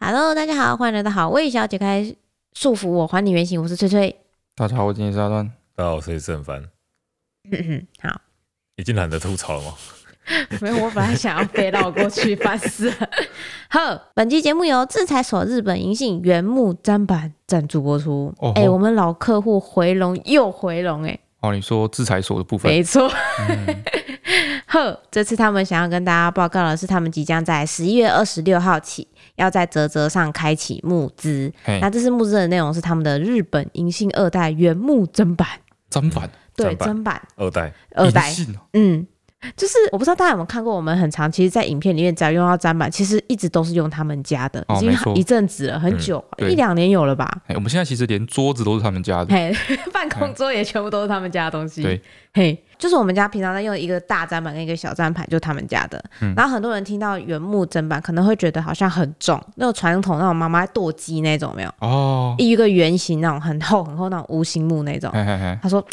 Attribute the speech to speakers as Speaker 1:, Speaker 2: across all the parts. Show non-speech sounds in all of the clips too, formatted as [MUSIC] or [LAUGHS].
Speaker 1: Hello，大家好，欢迎来到好味小姐开束缚我，还你原形，我是翠翠。 [LAUGHS]
Speaker 2: 大家好，我今天是阿端。
Speaker 3: 大家好，我哦是郑凡。
Speaker 1: 好，
Speaker 3: 已经懒得吐槽了吗？
Speaker 1: 没有，我本来想要飞到过去，烦死了。 [LAUGHS] 好，本期节目由制裁所日本银杏原木砧板赞助播出。哎、
Speaker 2: 哦吼
Speaker 1: 我们老客户回笼又回笼、哎，
Speaker 2: 哦，你说制裁所的部分，
Speaker 1: 没错。
Speaker 2: 嗯
Speaker 1: [LAUGHS] 呵，这次他们想要跟大家报告的是，他们即将在十一月二十六号起，要在泽泽上开启募资。
Speaker 2: 嘿
Speaker 1: 那，这次募资的内容是他们的日本银杏二代原木砧板，
Speaker 2: 砧板
Speaker 1: 对，
Speaker 3: 砧板
Speaker 1: 砧板
Speaker 3: 二
Speaker 1: [LAUGHS]
Speaker 3: 代
Speaker 1: 二代
Speaker 2: 银，杏哦
Speaker 1: 嗯，就是我不知道大家有没有看过，我们很常其实，在影片里面只要用到砧板，其实一直都是用他们家的，
Speaker 2: 哦
Speaker 1: 已经
Speaker 2: 没错嗯
Speaker 1: 一阵子了，很久，
Speaker 2: 对
Speaker 1: 一两年有了吧？
Speaker 2: 哎，我们现在其实连桌子都是他们家的，
Speaker 1: [LAUGHS] 嘿，办公桌也全部都是他们家的东西。
Speaker 2: 嗯对，
Speaker 1: 嘿，就是我们家平常在用一个大砧板跟一个小砧板，就他们家的。
Speaker 2: 嗯
Speaker 1: 然后很多人听到原木砧板，可能会觉得好像很重，那种传统那种妈妈剁鸡那种有没有，
Speaker 2: 哦，
Speaker 1: 一个圆形那种很厚很厚那种无形木那种。
Speaker 2: 嘿嘿嘿，
Speaker 1: 他说。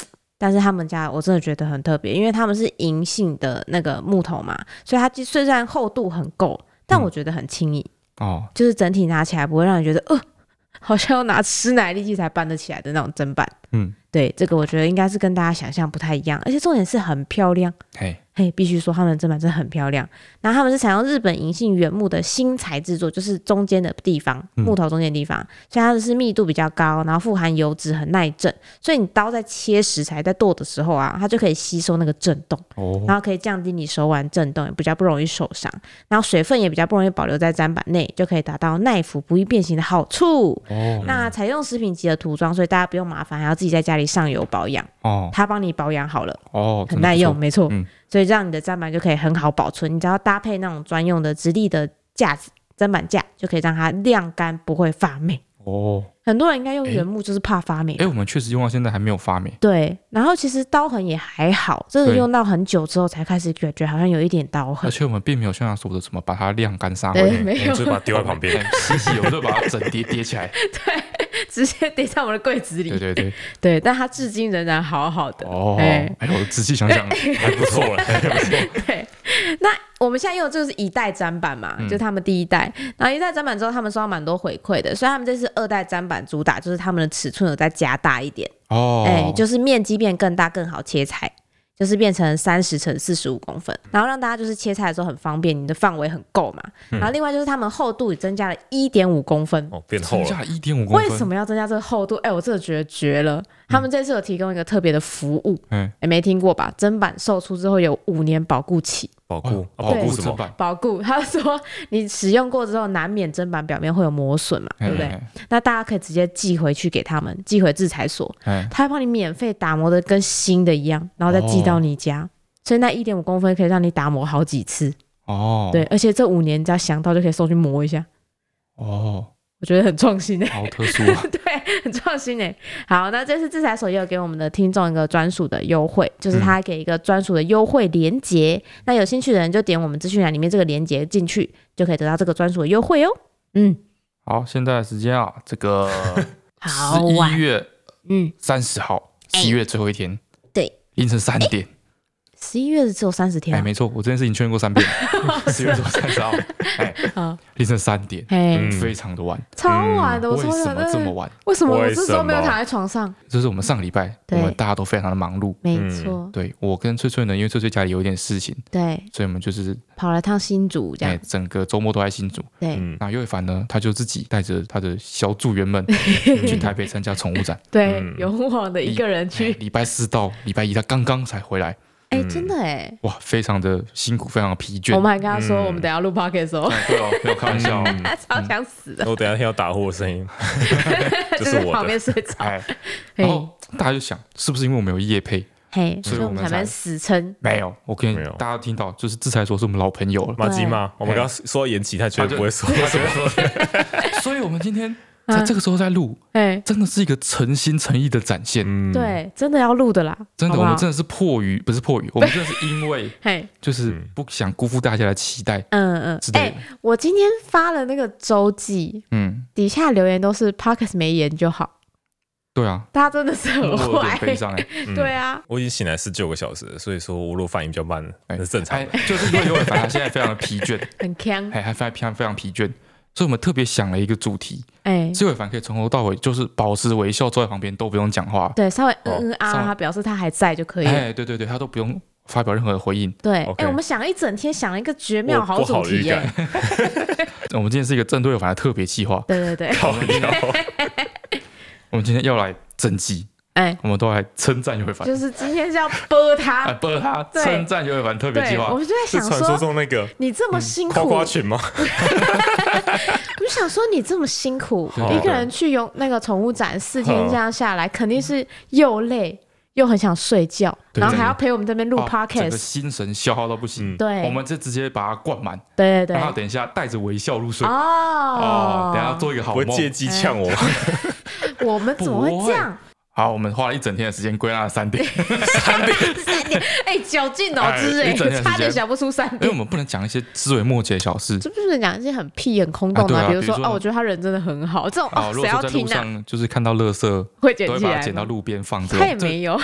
Speaker 1: 但是他们家我真的觉得很特别，因为他们是银杏的那个木头嘛，所以它既虽然厚度很够，但我觉得很轻盈，
Speaker 2: 哦，
Speaker 1: 就是整体拿起来不会让你觉得，呃， [LAUGHS] 好像要拿吃奶力气才搬得起来的那种砧板。
Speaker 2: 嗯，
Speaker 1: 对，这个我觉得应该是跟大家想象不太一样，而且重点是很漂亮。
Speaker 2: 嘿，
Speaker 1: 嘿，必须说他们的砧板真的很漂亮。然后他们是采用日本银杏原木的新材制作，就是中间的地方，
Speaker 2: 嗯
Speaker 1: 木头中间的地方，所以它的是密度比较高，然后富含油脂，很耐震，所以你刀在切食材在剁的时候啊，它就可以吸收那个震动，
Speaker 2: 哦，
Speaker 1: 然后可以降低你手腕震动，也比较不容易受伤，然后水分也比较不容易保留在砧板内，就可以达到耐腐不易变形的好处。
Speaker 2: 哦，
Speaker 1: 那采用食品级的涂装，所以大家不用麻烦，还要自己在家里上油保养，
Speaker 2: 哦，
Speaker 1: 它帮你保养好了。
Speaker 2: 哦，
Speaker 1: 很耐用，，没错。
Speaker 2: 嗯
Speaker 1: 所以让你的砧板就可以很好保存，你只要搭配那种专用的直立的架子，砧板架就可以让它晾干，不会发霉。
Speaker 2: 哦，
Speaker 1: 很多人应该用
Speaker 2: 诶
Speaker 1: 原木就是怕发霉吧。
Speaker 2: 哎，我们确实用到现在还没有发霉，
Speaker 1: 对，然后其实刀痕也还好，真的
Speaker 2: 对
Speaker 1: 用到很久之后才开始感觉好像有一点刀
Speaker 2: 而
Speaker 1: 痕。
Speaker 2: 且我们并没有像他说的什么把它晾干杀
Speaker 1: 对，
Speaker 2: 灰，
Speaker 1: 哎没有
Speaker 3: 嗯我，就把它丢在
Speaker 1: [LAUGHS]
Speaker 3: 旁边。
Speaker 2: 哎洗洗，我就把它整叠 [LAUGHS] 叠起来，
Speaker 1: [LAUGHS] 直接叠在我们的柜子里。
Speaker 2: 对对对，
Speaker 1: [LAUGHS] 对但它至今仍然好好的。
Speaker 2: 哦，
Speaker 1: 哎
Speaker 2: 哎呦，我仔细
Speaker 1: [LAUGHS]
Speaker 2: 想想，
Speaker 3: 还不错了， [LAUGHS] 还不错。
Speaker 1: 对，那我们现在用的就是一代砧板嘛，
Speaker 2: 嗯
Speaker 1: 就他们第一代，然后一代砧板之后，他们收到蛮多回馈的，所以他们这次二代砧板主打就是他们的尺寸有再加大一点，
Speaker 2: 哦，
Speaker 1: 哎、就是面积变更大，更好切菜。就是变成三十乘四十五公分，然后让大家就是切菜的时候很方便，你的范围很够嘛。
Speaker 2: 嗯
Speaker 1: 然后另外就是他们厚度也增加了一点五公分，
Speaker 3: 哦，变
Speaker 2: 增
Speaker 3: 厚了，
Speaker 2: 加一点五公
Speaker 1: 为
Speaker 2: 分，嗯
Speaker 1: 什？么要增加这个厚度？哎、我真的觉得绝了。他们这次有提供一个特别的服务，
Speaker 2: 哎，
Speaker 1: 哎、没听过吧？砧板售出之后有五年保固期，
Speaker 3: 保固，啊
Speaker 2: 保
Speaker 3: 保
Speaker 1: 对
Speaker 2: 护
Speaker 3: 固什
Speaker 2: 砧
Speaker 3: 么？
Speaker 2: 板，
Speaker 1: 保固，他说你使用过之后，难免砧板表面会有磨损嘛，对不对？
Speaker 2: 哎？
Speaker 1: 那大家可以直接寄回去给他们，寄回制裁所，
Speaker 2: 哎，
Speaker 1: 他会帮你免费打磨的跟新的一样，然后再寄到你家。所以那一点五公分可以让你打磨好几次，
Speaker 2: 哦，
Speaker 1: 对，，而且这五年只要想到就可以送去磨一下，
Speaker 2: 哦，
Speaker 1: 我觉得很创
Speaker 2: [LAUGHS]
Speaker 1: 新诶、！
Speaker 2: 好特殊啊
Speaker 1: [LAUGHS] 对，很创新诶、欸好，那这次制裁所也有给我们的听众一个专属的优惠，就是他给一个专属的优惠链接，那有兴趣的人就点我们资讯栏里面这个链接进去，就可以得到这个专属的优惠哦。嗯，
Speaker 2: 好，现在的时间啊，这
Speaker 1: [LAUGHS]
Speaker 2: 个
Speaker 1: 好
Speaker 2: 十一
Speaker 1: 晚，
Speaker 2: 月
Speaker 1: 嗯，
Speaker 2: 三十号，十一月最后一天，
Speaker 1: 对，
Speaker 2: 凌晨三点。
Speaker 1: 十一月只有三十天、
Speaker 2: 哎，
Speaker 1: 啊，
Speaker 2: 没错，我这件事情确认过
Speaker 1: [LAUGHS]
Speaker 2: 三遍，十一月三十号，哎
Speaker 1: 好，
Speaker 2: 凌晨三点，
Speaker 1: 嘿，
Speaker 3: 嗯
Speaker 2: 非常的晚。
Speaker 1: 超晚的，我
Speaker 2: 嗯为
Speaker 1: 超
Speaker 2: 什
Speaker 1: 想
Speaker 2: 么这么晚？
Speaker 1: 为什么我
Speaker 3: 为
Speaker 1: 这时候
Speaker 3: 什
Speaker 1: 没有
Speaker 3: 么
Speaker 1: 躺在床上？
Speaker 2: 就是我们上个礼拜，我
Speaker 1: 对
Speaker 2: 们大家都非常的忙碌。
Speaker 1: 没错，
Speaker 2: 对我跟翠翠呢，因为翠翠家里有一点事情，
Speaker 1: 对，
Speaker 2: 所以我们就是
Speaker 1: 跑来趟新竹这
Speaker 2: 哎，
Speaker 1: 样，
Speaker 2: 整个周末都在新竹。
Speaker 1: 对
Speaker 3: 嗯，
Speaker 2: 那尤伟凡呢，他就自己带着他的小组员
Speaker 1: [LAUGHS]
Speaker 2: 们去台北参加宠物展。
Speaker 1: 对
Speaker 3: 嗯，
Speaker 1: 勇往的一个人 [LAUGHS]
Speaker 2: 哎
Speaker 1: 去，
Speaker 2: 礼拜四到礼拜一，他刚刚才回来，
Speaker 1: 哎，真的哎，
Speaker 2: 哇，非常的辛苦，非常的疲倦。
Speaker 1: 我们还跟他说
Speaker 3: 嗯
Speaker 1: 我们等一下录 podcast 哦，
Speaker 2: 哎对哦，没有开玩笑哦。
Speaker 3: 嗯
Speaker 1: 超想死的，
Speaker 3: 我等一下听到打呼的声
Speaker 1: [LAUGHS]
Speaker 3: 音，
Speaker 1: 就
Speaker 3: 就
Speaker 1: 是在
Speaker 3: 我
Speaker 1: 旁
Speaker 3: 的。
Speaker 1: 边睡着，
Speaker 2: 哎，
Speaker 1: 嘿
Speaker 2: 然后大家就想，是不是因为我们有业配？
Speaker 1: 嘿，
Speaker 2: 所以
Speaker 1: 所以我
Speaker 2: 我
Speaker 1: 们
Speaker 2: 们
Speaker 1: 才
Speaker 2: 才
Speaker 1: 能死撑，
Speaker 2: 没有，我跟你
Speaker 3: 没有
Speaker 2: 大家听到，就是制裁所是我们老朋友了，
Speaker 3: 马吉嘛，我们刚刚说延期，他绝对不会说什么。
Speaker 2: 所以我们今天
Speaker 1: 嗯
Speaker 2: 在这个时候在录，
Speaker 1: 哎，
Speaker 2: 真的是一个诚心诚意的展现。
Speaker 3: [LAUGHS]
Speaker 1: [LAUGHS]
Speaker 3: 嗯，
Speaker 1: 对，真的要录的啦，
Speaker 2: 真
Speaker 1: 好
Speaker 2: 的，
Speaker 1: 不
Speaker 2: 我
Speaker 1: 好
Speaker 2: 们真的是迫于不是迫于，我们真的是因 [LAUGHS] 为
Speaker 1: 嘿，
Speaker 2: 就是
Speaker 3: 嗯
Speaker 2: 不想辜负大家的期待
Speaker 1: 嗯嗯
Speaker 2: 之，类
Speaker 1: 哎
Speaker 2: 的，。
Speaker 1: 我今天发了那个周记，
Speaker 2: 嗯，
Speaker 1: 底下留言都是 podcast 没研就好。[LAUGHS]
Speaker 2: 对啊，
Speaker 1: 他真的是很
Speaker 2: 我有点
Speaker 1: 坏，
Speaker 2: 悲伤哎，
Speaker 3: 嗯
Speaker 1: 对啊，
Speaker 3: 我已经醒来十九个小时了，所以说我如果反应比较慢，
Speaker 2: 哎
Speaker 3: 那是正常
Speaker 2: 哎
Speaker 3: 的。，
Speaker 2: 就是因为刘伟凡他现在非常的疲倦，
Speaker 1: 很强，
Speaker 2: 哎，还非常非常疲倦，所以我们特别想了一个主题，
Speaker 1: 哎，
Speaker 2: 谢伟凡可以从头到尾就是保持微笑，坐在旁边都不用讲话，
Speaker 1: 对，稍微嗯嗯
Speaker 2: 哦稍
Speaker 1: 啊，
Speaker 2: 微
Speaker 1: 他表示他还在就可以了。
Speaker 2: 哎，对对对，他都不用发表任何的回应。
Speaker 1: 对，哎，
Speaker 3: OK
Speaker 1: 我们想了一整天，想了一个绝妙
Speaker 3: 我
Speaker 1: 好
Speaker 3: 我
Speaker 1: 主
Speaker 3: 好
Speaker 1: 题
Speaker 3: 预
Speaker 1: 耶
Speaker 3: 感， [LAUGHS]
Speaker 2: 我们今天是一个针对伟凡的特别计划，
Speaker 1: 对对对，
Speaker 3: 靠
Speaker 1: [LAUGHS]
Speaker 3: 腰，
Speaker 2: 我们今天要来整集， [LAUGHS]
Speaker 1: 哎，
Speaker 2: 我们都来称赞谢伟凡，
Speaker 1: 就是今天是要播
Speaker 2: 哎， [LAUGHS]
Speaker 1: 他，
Speaker 2: 不是他
Speaker 1: 对
Speaker 2: 称赞谢伟凡特别计
Speaker 1: 对，我
Speaker 2: 划，
Speaker 1: 们就在
Speaker 3: 是
Speaker 1: 想
Speaker 3: 传说
Speaker 1: 说，
Speaker 3: 中那个
Speaker 1: 你这么
Speaker 2: 嗯
Speaker 1: 辛苦，
Speaker 3: 夸夸
Speaker 1: 我
Speaker 3: 群吗？
Speaker 1: 就想说你这么辛
Speaker 2: [LAUGHS]
Speaker 1: 苦，
Speaker 2: 对
Speaker 1: 一个人去游那个宠物展四天
Speaker 3: 嗯
Speaker 1: 这样下来，肯定是又累又很想睡觉，
Speaker 2: 对
Speaker 1: 然后还要陪我们这边录
Speaker 2: 哦整个
Speaker 1: podcast，
Speaker 2: 心神消耗到不行
Speaker 3: 嗯。
Speaker 1: 对，
Speaker 2: 我们就直接把它灌满，
Speaker 1: 对对
Speaker 2: 让他
Speaker 1: 对，
Speaker 2: 等一下带着微笑入睡。
Speaker 1: 哦
Speaker 2: 哦，，等一下做一个好
Speaker 3: 不会
Speaker 2: 梦。
Speaker 3: 借机呛
Speaker 1: 嗯
Speaker 3: 我吗？
Speaker 1: 我们怎么会这样？
Speaker 2: 好，我们花了一整天的时间归纳了三点，
Speaker 1: 哎，绞尽脑汁
Speaker 2: 哎
Speaker 1: 哎
Speaker 2: 一整天的时，间
Speaker 1: 差点想不出
Speaker 2: [LAUGHS]
Speaker 1: 三
Speaker 2: 因为
Speaker 1: 点
Speaker 2: 我。们不能讲一些枝微末节的小
Speaker 1: [LAUGHS]
Speaker 2: 事。
Speaker 1: 这不是讲一些很屁、很空洞的
Speaker 2: 啊
Speaker 1: 啊，
Speaker 2: 对啊
Speaker 1: 比如说
Speaker 2: 比如
Speaker 1: 哦，
Speaker 2: 说
Speaker 1: 我觉得他人真的很好，这种
Speaker 2: 啊，
Speaker 1: [LAUGHS] 哦
Speaker 2: 如
Speaker 1: 谁
Speaker 2: 果
Speaker 1: 要
Speaker 2: 说在
Speaker 1: 听
Speaker 2: 路
Speaker 1: 啊？
Speaker 2: 上就是看到垃圾，
Speaker 1: 会捡
Speaker 2: 都会
Speaker 1: 起
Speaker 2: 把它
Speaker 1: 来
Speaker 2: 捡到
Speaker 1: 吗，
Speaker 2: 路啊边放着。
Speaker 1: 他也
Speaker 2: 这
Speaker 1: 没有，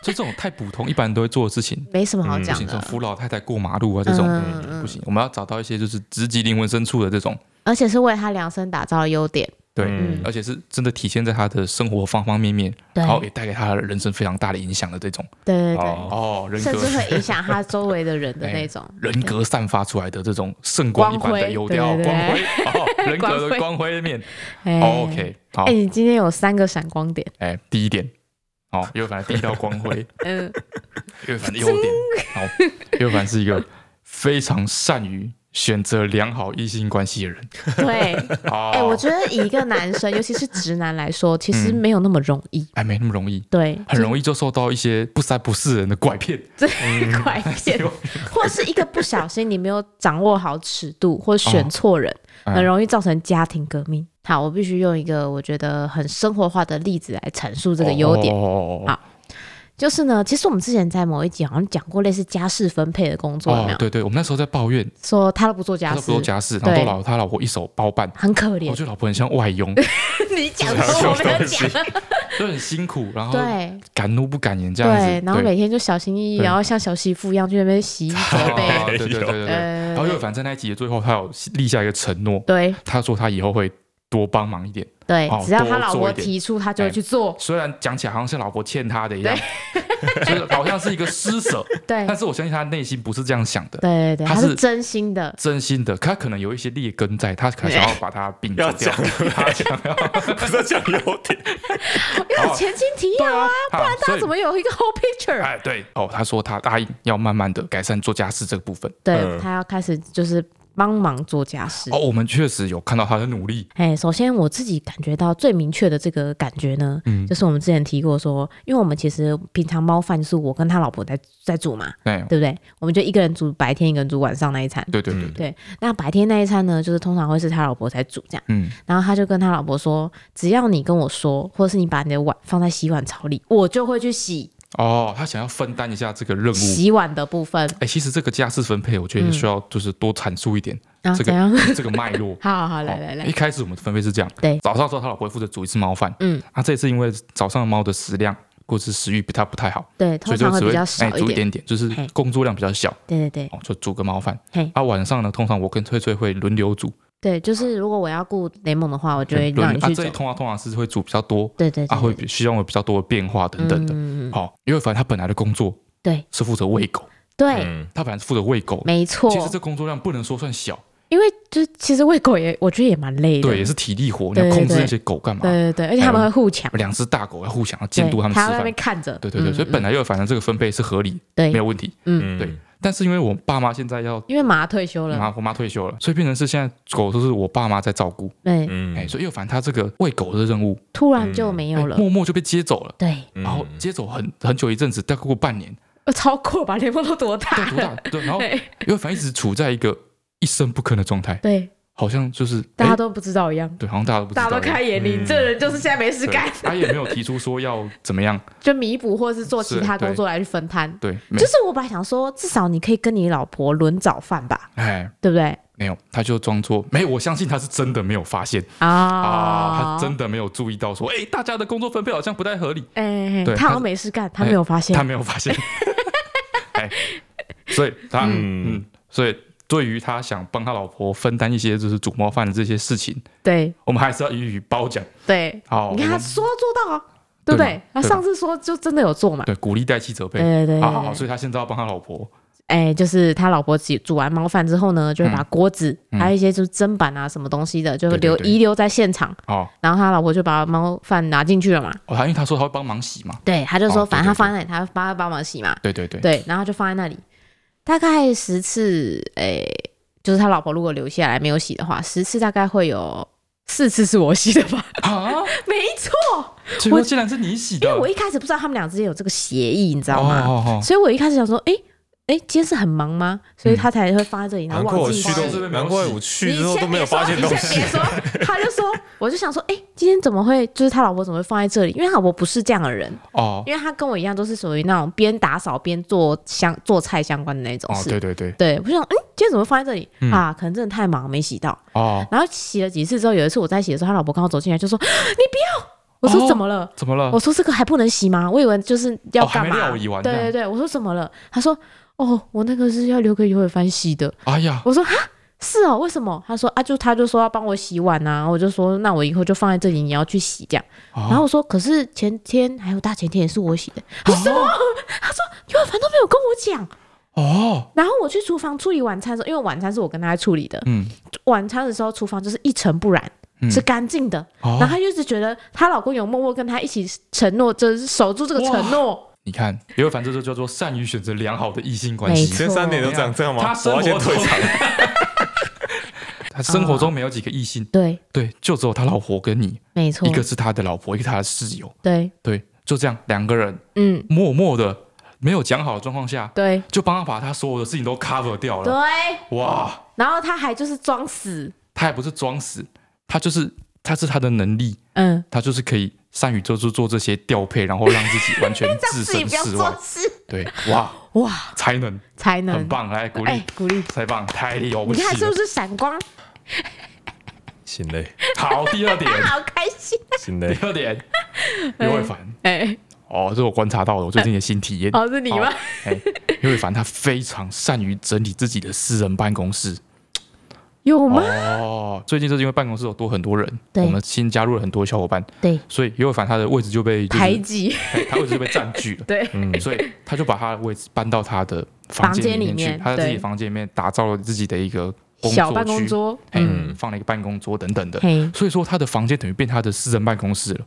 Speaker 2: 就这种太普通，一般人都会做的事情，
Speaker 1: 没什么好
Speaker 3: 嗯
Speaker 2: 不
Speaker 1: 讲
Speaker 2: 行，这种
Speaker 1: 的，
Speaker 2: 扶老太太过马路啊，这种
Speaker 1: 嗯
Speaker 2: 嗯啊不行。我们要找到一些就是直击灵魂深处的这种，
Speaker 1: 而且是为他量身打造的优点，
Speaker 2: 对，
Speaker 3: 嗯
Speaker 2: 而且是真的体现在他的生活方方面面，
Speaker 1: 对
Speaker 2: 然后也带给他的人生非常大的影响的这种
Speaker 1: 对对对，
Speaker 3: 哦
Speaker 2: 哦，人
Speaker 1: 甚
Speaker 2: 格哎哦
Speaker 1: 至会影响他周围的人的那种
Speaker 2: [LAUGHS] 人格散发出来的这种圣光一般的优调
Speaker 1: 光辉
Speaker 2: 光辉 [LAUGHS] 哦，人格
Speaker 1: 光辉
Speaker 2: 的光辉面。
Speaker 1: 哎
Speaker 2: 哦 OK，好
Speaker 1: 哎，，你今天有三个闪光点，
Speaker 2: 哎，第一点，哦，岳凡的第一道光 [LAUGHS] 辉，
Speaker 1: 嗯，
Speaker 2: 岳凡的优点，哦好，岳凡是一个非常善于选择良好异性关系的人。
Speaker 1: 对，
Speaker 2: [LAUGHS] 哦，
Speaker 1: 哎，我觉得以一个男
Speaker 2: [LAUGHS]
Speaker 1: 生，尤其是直男来说，其实
Speaker 2: 嗯
Speaker 1: 没有那么容易，
Speaker 2: 哎没那么容易，
Speaker 1: 对，
Speaker 2: 很容易就受到一些不三不四的人的拐骗。
Speaker 1: 易拐
Speaker 2: [LAUGHS]
Speaker 1: 骗，或是一个不小心你没有掌握好尺度，或选错人，
Speaker 2: 哦
Speaker 1: 很容易造成家庭革命。好，我必须用一个我觉得很生活化的例子来阐述这个优点。
Speaker 2: 哦
Speaker 1: 好就是呢，其实我们之前在某一集好像讲过类似家事分配的工作，有没
Speaker 2: 哦
Speaker 1: 有？
Speaker 2: 对对，我们那时候在抱怨，
Speaker 1: 说他都不做
Speaker 2: 他
Speaker 1: 家
Speaker 2: 都
Speaker 1: 事
Speaker 2: 不，做家事，然哦后
Speaker 1: 对
Speaker 2: 都老他老婆一手包办。
Speaker 1: 很可
Speaker 2: 我
Speaker 1: 怜。
Speaker 2: 觉得老婆很像外 [LAUGHS] 佣，
Speaker 1: [LAUGHS] 你讲
Speaker 3: 这是
Speaker 1: 说我
Speaker 3: 什
Speaker 1: 没
Speaker 3: 么
Speaker 1: 有
Speaker 3: 东西
Speaker 1: 讲，
Speaker 2: 就很辛苦，然后
Speaker 1: 对
Speaker 2: 敢怒不敢言这样子。
Speaker 1: 对，然后每天就小心翼翼，
Speaker 2: 对
Speaker 1: 然后像小媳妇一样去那边洗衣服
Speaker 2: 哦
Speaker 1: 呗。
Speaker 2: 对对对对 [LAUGHS] 对。
Speaker 1: 呃
Speaker 2: 然后又反正那一集的最后，他有立下一个承诺，
Speaker 1: 对
Speaker 2: 他说他以后会多帮忙一点。
Speaker 1: 对
Speaker 2: 哦，
Speaker 1: 只要他
Speaker 2: 多
Speaker 1: 老
Speaker 2: 做
Speaker 1: 婆
Speaker 2: 一点
Speaker 1: 提出，他就会去做。
Speaker 2: 虽然讲起来好像是老婆欠他的一样， [LAUGHS] 就是好像是一个施 [LAUGHS] 舍，
Speaker 1: 对
Speaker 2: 但是我相信他内心不是这样想的，
Speaker 1: 对对对，
Speaker 2: 哎他
Speaker 1: 他
Speaker 2: 是
Speaker 1: 是真心的。
Speaker 2: 真心的，他可能有一些劣根在，他可能想要把它摒
Speaker 3: 要
Speaker 2: 除掉
Speaker 3: 讲。 [LAUGHS] 不是要讲优点，
Speaker 1: 要有前情提要 [LAUGHS] 啊，
Speaker 2: 不然
Speaker 1: 大家怎？
Speaker 2: 哦所以
Speaker 1: 么有一个 whole picture？
Speaker 2: 哎，对哦，他说他答应要慢慢的改善做家事这个部分。
Speaker 1: 对
Speaker 3: 嗯
Speaker 1: 他要开始就是帮忙做家事
Speaker 2: 哦，。我们确实有看到他的努力。
Speaker 1: 哎，首先我自己感觉到最明确的这个感觉呢，
Speaker 2: 嗯
Speaker 1: 就是我们之前提过说，因为我们其实平常猫饭就是我跟他老婆在在煮嘛，
Speaker 2: 哎，
Speaker 1: 对不对？我们就一个人煮白天，一个人煮晚上那一餐。
Speaker 2: 对对对
Speaker 3: 嗯
Speaker 2: 对，
Speaker 1: 对，那白天那一餐呢，就是通常会是他老婆在煮这样，
Speaker 2: 嗯，
Speaker 1: 然后他就跟他老婆说，只要你跟我说，或者是你把你的碗放在洗碗槽里，我就会去洗
Speaker 2: 哦，他想要分担一下这个任务。
Speaker 1: 洗碗的部分
Speaker 2: 哎，其实这个家事分配，我觉得需要就是多阐述一点
Speaker 1: 然后
Speaker 2: 这
Speaker 1: 啊怎样？ [LAUGHS]
Speaker 2: 个这个脉络。
Speaker 1: 好好好，来
Speaker 2: 哦
Speaker 1: 来来
Speaker 2: 一，开始我们的分配是这样，
Speaker 1: 对
Speaker 2: 早上的时候他老婆会负责煮一次猫饭，
Speaker 1: 嗯，
Speaker 2: 啊，这次因为早上的猫的食量或是食欲不太不太好，
Speaker 1: 对，通
Speaker 2: 所以就
Speaker 1: 常会
Speaker 2: 只
Speaker 1: 比
Speaker 2: 会
Speaker 1: 较少
Speaker 2: 哎煮
Speaker 1: 一
Speaker 2: 一
Speaker 1: 点。
Speaker 2: 点点，就是
Speaker 1: 嘿
Speaker 2: 工作量比较小，
Speaker 1: 对对对
Speaker 2: 哦，就煮个猫饭
Speaker 1: 嘿。
Speaker 2: 啊，晚上呢，通常我跟翠翠会轮流煮，
Speaker 1: 对，就是如果我要顾雷蒙的话，我就会
Speaker 2: 轮
Speaker 1: 让你
Speaker 2: 啊，
Speaker 1: 去
Speaker 2: 这
Speaker 1: 走
Speaker 2: 一。通常通常是会煮比较多，
Speaker 1: 对对
Speaker 2: 啊，
Speaker 1: 对，
Speaker 2: 会
Speaker 1: 对
Speaker 2: 比需要有比较多的变化等等
Speaker 1: 嗯
Speaker 2: 的。
Speaker 1: 嗯嗯嗯
Speaker 2: 好、因为反正他本来的工作
Speaker 1: 对
Speaker 2: 是负责喂狗，
Speaker 1: 对，
Speaker 3: 嗯，
Speaker 2: 他本来是负责喂狗的，
Speaker 1: 没错
Speaker 2: 其。实这工作量不能说算小，
Speaker 1: 因为就是其实喂狗也，我觉得也蛮累的。
Speaker 2: 对，也
Speaker 1: 对
Speaker 2: 是体力活，你要控制那些狗干嘛？
Speaker 1: 对对，而且他们会互抢，
Speaker 2: 两只大狗要互相要
Speaker 1: 对
Speaker 2: 监督他们
Speaker 1: 还
Speaker 2: 吃
Speaker 1: 要在那
Speaker 2: 饭
Speaker 1: 边，看着。
Speaker 2: 对对对，
Speaker 1: 嗯
Speaker 2: 所以本来又反正这个分配是合理，
Speaker 1: 对
Speaker 2: 没有问题。
Speaker 3: 嗯
Speaker 2: 对，但是因为我爸妈现在要。
Speaker 1: 因为马退休了，
Speaker 2: 妈，我妈退休了，所以变成是现在狗都是我爸妈在照顾，
Speaker 1: 对，
Speaker 3: 嗯
Speaker 2: 哎、所以又反正他这个喂狗的任务，
Speaker 1: 突然就没
Speaker 2: 哎
Speaker 1: 有了。
Speaker 2: 默默就被接走了， [LAUGHS]
Speaker 1: 对，
Speaker 3: 嗯
Speaker 2: 然后接走很很久一阵子，大概过半
Speaker 1: [LAUGHS]
Speaker 2: 年，
Speaker 1: 呃超过吧，雷蒙都多
Speaker 2: 对，
Speaker 1: 大
Speaker 2: 多
Speaker 1: 了？
Speaker 2: 大？对，然后
Speaker 1: 对
Speaker 2: 又反正一直处在一个一声不吭的状态，
Speaker 1: [LAUGHS] 对
Speaker 2: 好像就是
Speaker 1: 大
Speaker 2: 诶
Speaker 1: 家都不知道一样，
Speaker 2: 对，好像大家都哎不知
Speaker 1: 大
Speaker 2: 道
Speaker 1: 家都开眼，你
Speaker 3: 嗯
Speaker 1: 这人就是现在没事
Speaker 2: 对
Speaker 1: 干，
Speaker 2: 他也没有提出说要怎么样，
Speaker 1: 就弥补或是做其
Speaker 2: 是
Speaker 1: 他
Speaker 2: 对
Speaker 1: 工作来去分摊。
Speaker 2: 对，没
Speaker 1: 就是我本来想说，至少你可以跟你老婆轮早饭吧，
Speaker 2: 哎
Speaker 1: 对不对？
Speaker 2: 没有，他就装作没有，我相信他是真的没有发现啊，
Speaker 1: 啊
Speaker 2: 他真的没有注意到说，哎，大家的工作分配好像不太合理，
Speaker 1: 哎，
Speaker 2: 对
Speaker 1: 他好
Speaker 2: 他
Speaker 1: 像没事干，他没有发现
Speaker 2: 他。没有
Speaker 1: [LAUGHS]
Speaker 2: 发现，哎，所以他
Speaker 3: 嗯
Speaker 2: 嗯，所以对于他想帮他老婆分担一些就是煮猫饭的这些事情，
Speaker 1: 对
Speaker 2: 我们还是要予以褒奖，
Speaker 1: 对，
Speaker 2: 好，
Speaker 1: 你看
Speaker 2: 我
Speaker 1: 他
Speaker 2: 们
Speaker 1: 说做到啊，对不
Speaker 2: 对
Speaker 1: 对
Speaker 2: 嘛？
Speaker 1: 他
Speaker 2: 对
Speaker 1: 上次说就真的有做嘛？
Speaker 2: 对鼓励代替责备，
Speaker 1: 对对
Speaker 2: 好好好，
Speaker 1: 对
Speaker 2: 所以他现在要帮他老婆，
Speaker 1: 哎，就是他老婆煮煮完猫饭之后呢，就会把锅子、
Speaker 2: 嗯
Speaker 1: 还有一些就是砧板啊什么东西的，就
Speaker 2: 对对
Speaker 1: 留
Speaker 2: 对
Speaker 1: 遗留在现场。
Speaker 2: 哦
Speaker 1: 然后他老婆就把猫饭拿进去了嘛。
Speaker 2: 哦，他因为他说他会帮忙洗嘛，
Speaker 1: 对，他就
Speaker 2: 哦
Speaker 1: 说反正他
Speaker 2: 对对对
Speaker 1: 放在那里，他帮他帮忙洗嘛。
Speaker 2: 对对对，
Speaker 1: 对，然后他就放在那里，大概十次，哎，就是他老婆如果留下来没有洗的话，十次大概会有四次是我洗的吧？
Speaker 2: 啊，
Speaker 1: [LAUGHS] 没错，
Speaker 2: 结果竟然是你洗
Speaker 1: 因
Speaker 2: 的，
Speaker 1: 为我一开始不知道他们俩之间有这个协议，你知
Speaker 2: 哦
Speaker 1: 道吗？
Speaker 2: 哦哦
Speaker 1: 所以我一开始想说，哎、哎、今天是很忙吗？所以他才会放在这里，然
Speaker 3: 难
Speaker 1: 后
Speaker 3: 怪
Speaker 1: 忘
Speaker 3: 我
Speaker 1: 记
Speaker 3: 去
Speaker 1: 洗
Speaker 2: 忘记
Speaker 3: 都，难怪我去
Speaker 1: 你
Speaker 3: 之后
Speaker 1: 先
Speaker 3: 都没
Speaker 1: 别
Speaker 3: 有
Speaker 1: 说，
Speaker 3: 发现
Speaker 1: 你
Speaker 3: 东
Speaker 1: 先
Speaker 3: 西
Speaker 1: 别。说，他就说，我就想说，哎、今天怎么会，就是他老婆怎么会放在这里？因为他老婆不是这样的人，
Speaker 2: 哦
Speaker 1: [LAUGHS] 因为他跟我一样都是属于那种边打扫边做相做菜相关的那种
Speaker 2: 哦，
Speaker 1: 事。
Speaker 2: 对对对，
Speaker 1: 对，我就想，嗯，今天怎么会放在这里、
Speaker 2: 嗯
Speaker 1: 啊？可能真的太忙没洗到。
Speaker 2: 哦，
Speaker 1: 然后洗了几次之后，有一次我在洗的时候，他老婆刚好走进来就说：“啊你不要！”我说：“
Speaker 2: 哦
Speaker 1: 怎么了？”
Speaker 2: 怎么了
Speaker 1: 我？说这个还不能洗吗？我以为就是要
Speaker 2: 哦还
Speaker 1: 干
Speaker 2: 没
Speaker 1: 嘛？
Speaker 2: 料理完
Speaker 1: 对
Speaker 2: 这样
Speaker 1: 对对，我说怎么了？他说哦，我那个是要留给尤伟帆洗的。
Speaker 2: 哎呀，
Speaker 1: 我说哈，是哦，为什么？他说啊，就他就说要帮我洗碗啊，我就说那我以后就放在这里，你要去洗这样。
Speaker 2: 哦
Speaker 1: 然后我说可是前天还有大前天也是我洗的。他说什么？他说尤伟凡都没有跟我讲。
Speaker 2: 哦，
Speaker 1: 然后我去厨房处理晚餐的时候，因为晚餐是我跟他处理的，
Speaker 2: 嗯，
Speaker 1: 晚餐的时候厨房就是一尘不染，
Speaker 2: 嗯
Speaker 1: 是干净的。
Speaker 2: 哦
Speaker 1: 然后她就一直觉得她老公有默默跟她一起承诺，就是守住这个承诺。
Speaker 2: 你看，刘伟凡这就叫做善于选择良好的异性关
Speaker 1: 没
Speaker 2: 系
Speaker 1: 错。
Speaker 3: [LAUGHS] 前三年都这样，这样吗？
Speaker 2: 啊他
Speaker 3: 我
Speaker 2: 生
Speaker 3: 要
Speaker 2: 活中
Speaker 3: 先退
Speaker 2: [LAUGHS]
Speaker 3: 场。
Speaker 2: 他生活中没有几个异性，
Speaker 1: 对，
Speaker 2: 对，就只有他老婆跟你，
Speaker 1: 没错
Speaker 2: 一，个是他的老婆，一个他的室友，
Speaker 1: 对，
Speaker 2: 对，就这样两个人
Speaker 1: 嗯，
Speaker 2: 默默的没有讲好的状况下，
Speaker 1: 对，
Speaker 2: 就帮他把他所有的事情都 cover 掉
Speaker 1: 对
Speaker 2: 了。。哇，
Speaker 1: 然后她还就是装死，
Speaker 2: 他也不是装死，他就是他是他的能力，
Speaker 1: 嗯，
Speaker 2: 他就是可以善于做出做这些调配，然后让自
Speaker 1: [LAUGHS]
Speaker 2: 己完全置
Speaker 1: 自己
Speaker 2: 身
Speaker 1: 不要
Speaker 2: 事
Speaker 1: 做
Speaker 2: 外。
Speaker 1: 事，
Speaker 2: 对，哇，
Speaker 1: 哇，
Speaker 2: 才能
Speaker 1: 才 [LAUGHS] 能
Speaker 2: 很，棒，来鼓
Speaker 1: 哎、
Speaker 2: 励，
Speaker 1: 鼓励，
Speaker 2: 太棒，太了不
Speaker 1: 你
Speaker 2: 起
Speaker 1: 看是不
Speaker 2: 了。
Speaker 1: 是闪光？
Speaker 3: 心累，
Speaker 2: 好，
Speaker 1: [LAUGHS]
Speaker 2: 第二点，
Speaker 1: 好开心，
Speaker 3: 心
Speaker 2: 第
Speaker 3: 累。
Speaker 2: 二点，刘伟凡。
Speaker 1: 哎、
Speaker 2: 哦，这是我观察到的，我最近的新体验。
Speaker 1: 哦，是你吗？
Speaker 2: 哦？哎，刘伟凡他非常善于整理自己的私人办公室。
Speaker 1: 有吗？
Speaker 2: 哦，最近就是因为办公室有多很多人，
Speaker 1: 对
Speaker 2: 我们新加入了很多小伙伴，
Speaker 1: 对，
Speaker 2: 所以刘伟凡他的位置就被就是
Speaker 1: 排挤，。
Speaker 2: 哎 [LAUGHS] 他位置就被占据了
Speaker 1: [LAUGHS] 对，
Speaker 3: 嗯，
Speaker 2: 所以他就把他的位置搬到他的房间里面去，
Speaker 1: 房间里面
Speaker 2: 他在自己
Speaker 1: 对
Speaker 2: 房间里面打造了自己的一个工作区
Speaker 1: 小办公，桌，嗯，
Speaker 2: 嗯，放了一个办公桌等等的，
Speaker 1: 嘿，
Speaker 2: 所以说他的房间等于变他的私人办公室了。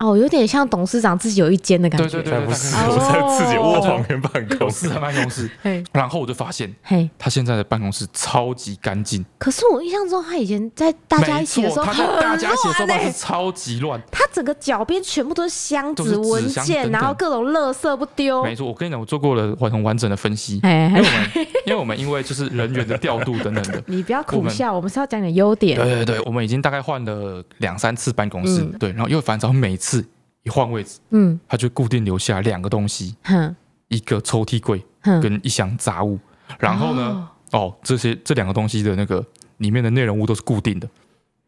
Speaker 1: 哦，有点像董事长自己有一间的感
Speaker 2: 对
Speaker 1: 觉，
Speaker 2: 对对，
Speaker 3: 才
Speaker 2: 对
Speaker 3: 不是，
Speaker 2: 大概啊
Speaker 1: 哦
Speaker 3: 我在自己卧床跟办公
Speaker 2: 有。私人办公室，
Speaker 1: 嘿，
Speaker 2: 然后我就发现
Speaker 1: 嘿。
Speaker 2: 他现在的办公室超级干净，
Speaker 1: 可是我印象中，他以前在大家
Speaker 2: 没
Speaker 1: 一起的时
Speaker 2: 错，
Speaker 1: 候
Speaker 2: 他
Speaker 1: 很
Speaker 2: 在大家一起的时候
Speaker 1: 乱欸
Speaker 2: 办公室超级乱。
Speaker 1: 他整个脚边全部都是箱
Speaker 2: 都是
Speaker 1: 子、
Speaker 2: 纸
Speaker 1: 文
Speaker 2: 箱
Speaker 1: 件，
Speaker 2: 等等
Speaker 1: 然后各种垃圾不丢。
Speaker 2: 没错，我跟你讲，我做过了完很完整的分析，
Speaker 1: 哎
Speaker 2: 因为我们因为我们因为就是人员的调度等等的。
Speaker 1: [LAUGHS] 你不要
Speaker 2: 我
Speaker 1: 苦
Speaker 2: 们
Speaker 1: 笑，我们是要讲点优点
Speaker 2: 对。对对，我们已经大概换了两三次办公室，
Speaker 1: 嗯
Speaker 2: 对，然后又反正每次一换位置，
Speaker 1: 嗯
Speaker 2: 他就固定留下两个东西，
Speaker 1: 哼
Speaker 2: 一个抽屉柜
Speaker 1: 哼，
Speaker 2: 跟一箱杂物。然后呢，哦，这些这两个东西的那个里面的内容物都是固定的，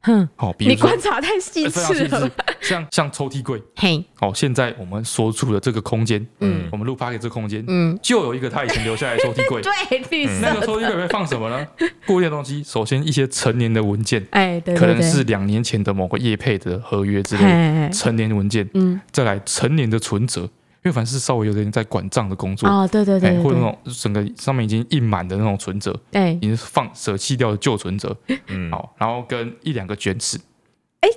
Speaker 1: 哼，
Speaker 2: 哦，比
Speaker 1: 你
Speaker 2: 如说
Speaker 1: 观察太细
Speaker 2: 呃非常
Speaker 1: 致
Speaker 2: 细
Speaker 1: 了
Speaker 2: 致。，像像抽屉柜，
Speaker 1: 嘿，
Speaker 2: 哦，现在我们所处的这个空间，
Speaker 1: 嗯
Speaker 2: 嗯，我们录 p o 这个空间，
Speaker 1: 嗯，
Speaker 2: 就有一个他以前留下来的抽屉
Speaker 1: [LAUGHS]
Speaker 2: 柜。
Speaker 1: 对，绿
Speaker 2: 嗯那
Speaker 1: 色。
Speaker 2: 个抽屉柜里面放什么呢？固定的东西，首先一些成年的文件，
Speaker 1: 哎，对
Speaker 2: 可
Speaker 1: 对
Speaker 2: 能
Speaker 1: 对，
Speaker 2: 是两年前的某个业配的合约之类的
Speaker 1: 嘿，嘿
Speaker 2: 成年文件，
Speaker 1: 嗯，
Speaker 2: 再来成年的存折，因为凡是稍微有点在管账的工作，
Speaker 1: 哦，对对对
Speaker 2: 哎，
Speaker 1: 对
Speaker 2: 或者那
Speaker 1: 对，
Speaker 2: 种整个上面已经印满的那种存折，
Speaker 1: 哎
Speaker 2: 已经放舍弃掉的旧存
Speaker 1: [LAUGHS]
Speaker 2: 折，
Speaker 3: 嗯，
Speaker 2: 好，然后跟一两个卷尺，
Speaker 1: 哎，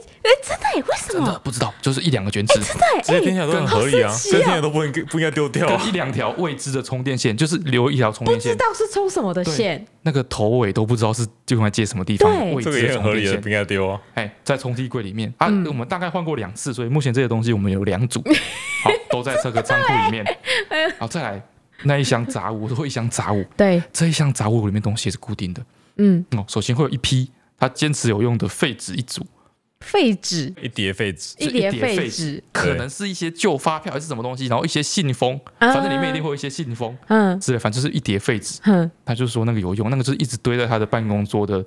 Speaker 1: 真的耶，为什
Speaker 2: 真的
Speaker 1: 么？
Speaker 2: 不知道，就是一两个卷尺，
Speaker 3: [LAUGHS]
Speaker 1: [LAUGHS]
Speaker 3: 这些
Speaker 1: 对，
Speaker 3: 听起
Speaker 1: 哎，
Speaker 3: 来都很合理啊，
Speaker 1: 好神奇哦
Speaker 3: 这些听起来都不能不应该丢掉啊。
Speaker 2: 跟一两条未知的充电线，就是留一条充
Speaker 1: 不
Speaker 2: 电
Speaker 1: 知
Speaker 2: 线，
Speaker 1: 道是抽什么的
Speaker 2: 对
Speaker 1: 线，
Speaker 2: 那个头尾都不知道是用来接什么地方，
Speaker 1: 对
Speaker 2: 未
Speaker 3: 这个
Speaker 2: 知
Speaker 3: 也
Speaker 2: 的
Speaker 3: 很
Speaker 2: 充
Speaker 3: 合
Speaker 2: 电
Speaker 3: 理的，不
Speaker 2: 线。
Speaker 3: 应该丢啊。
Speaker 2: 哎，在抽屉柜里面啊，
Speaker 1: 嗯
Speaker 2: 我们大概换过两次，所以目前这些东西我们有两组，
Speaker 1: [LAUGHS]
Speaker 2: 好，都在这个仓库里面。
Speaker 1: 哎
Speaker 2: 好，再来那一箱杂物，我说一箱杂物，
Speaker 1: 对，
Speaker 2: 这一箱杂物里面东西也是固定的
Speaker 1: 嗯，
Speaker 2: 哦。首先会有一批他坚持有用的废纸一组，
Speaker 1: 废纸
Speaker 3: 一叠废纸，
Speaker 2: 就
Speaker 1: 一
Speaker 2: 一叠
Speaker 1: 叠
Speaker 2: 废
Speaker 1: 废
Speaker 2: 纸
Speaker 1: 纸，
Speaker 2: 可能是一些旧发票还是什么东西，然后一些信封，
Speaker 1: 啊
Speaker 2: 反正里面一定会有一些信封
Speaker 1: 嗯
Speaker 2: 之类，反正就是一叠废纸。
Speaker 1: 哼，
Speaker 2: 他就说那个有用，那个就是一直堆在他的办公桌的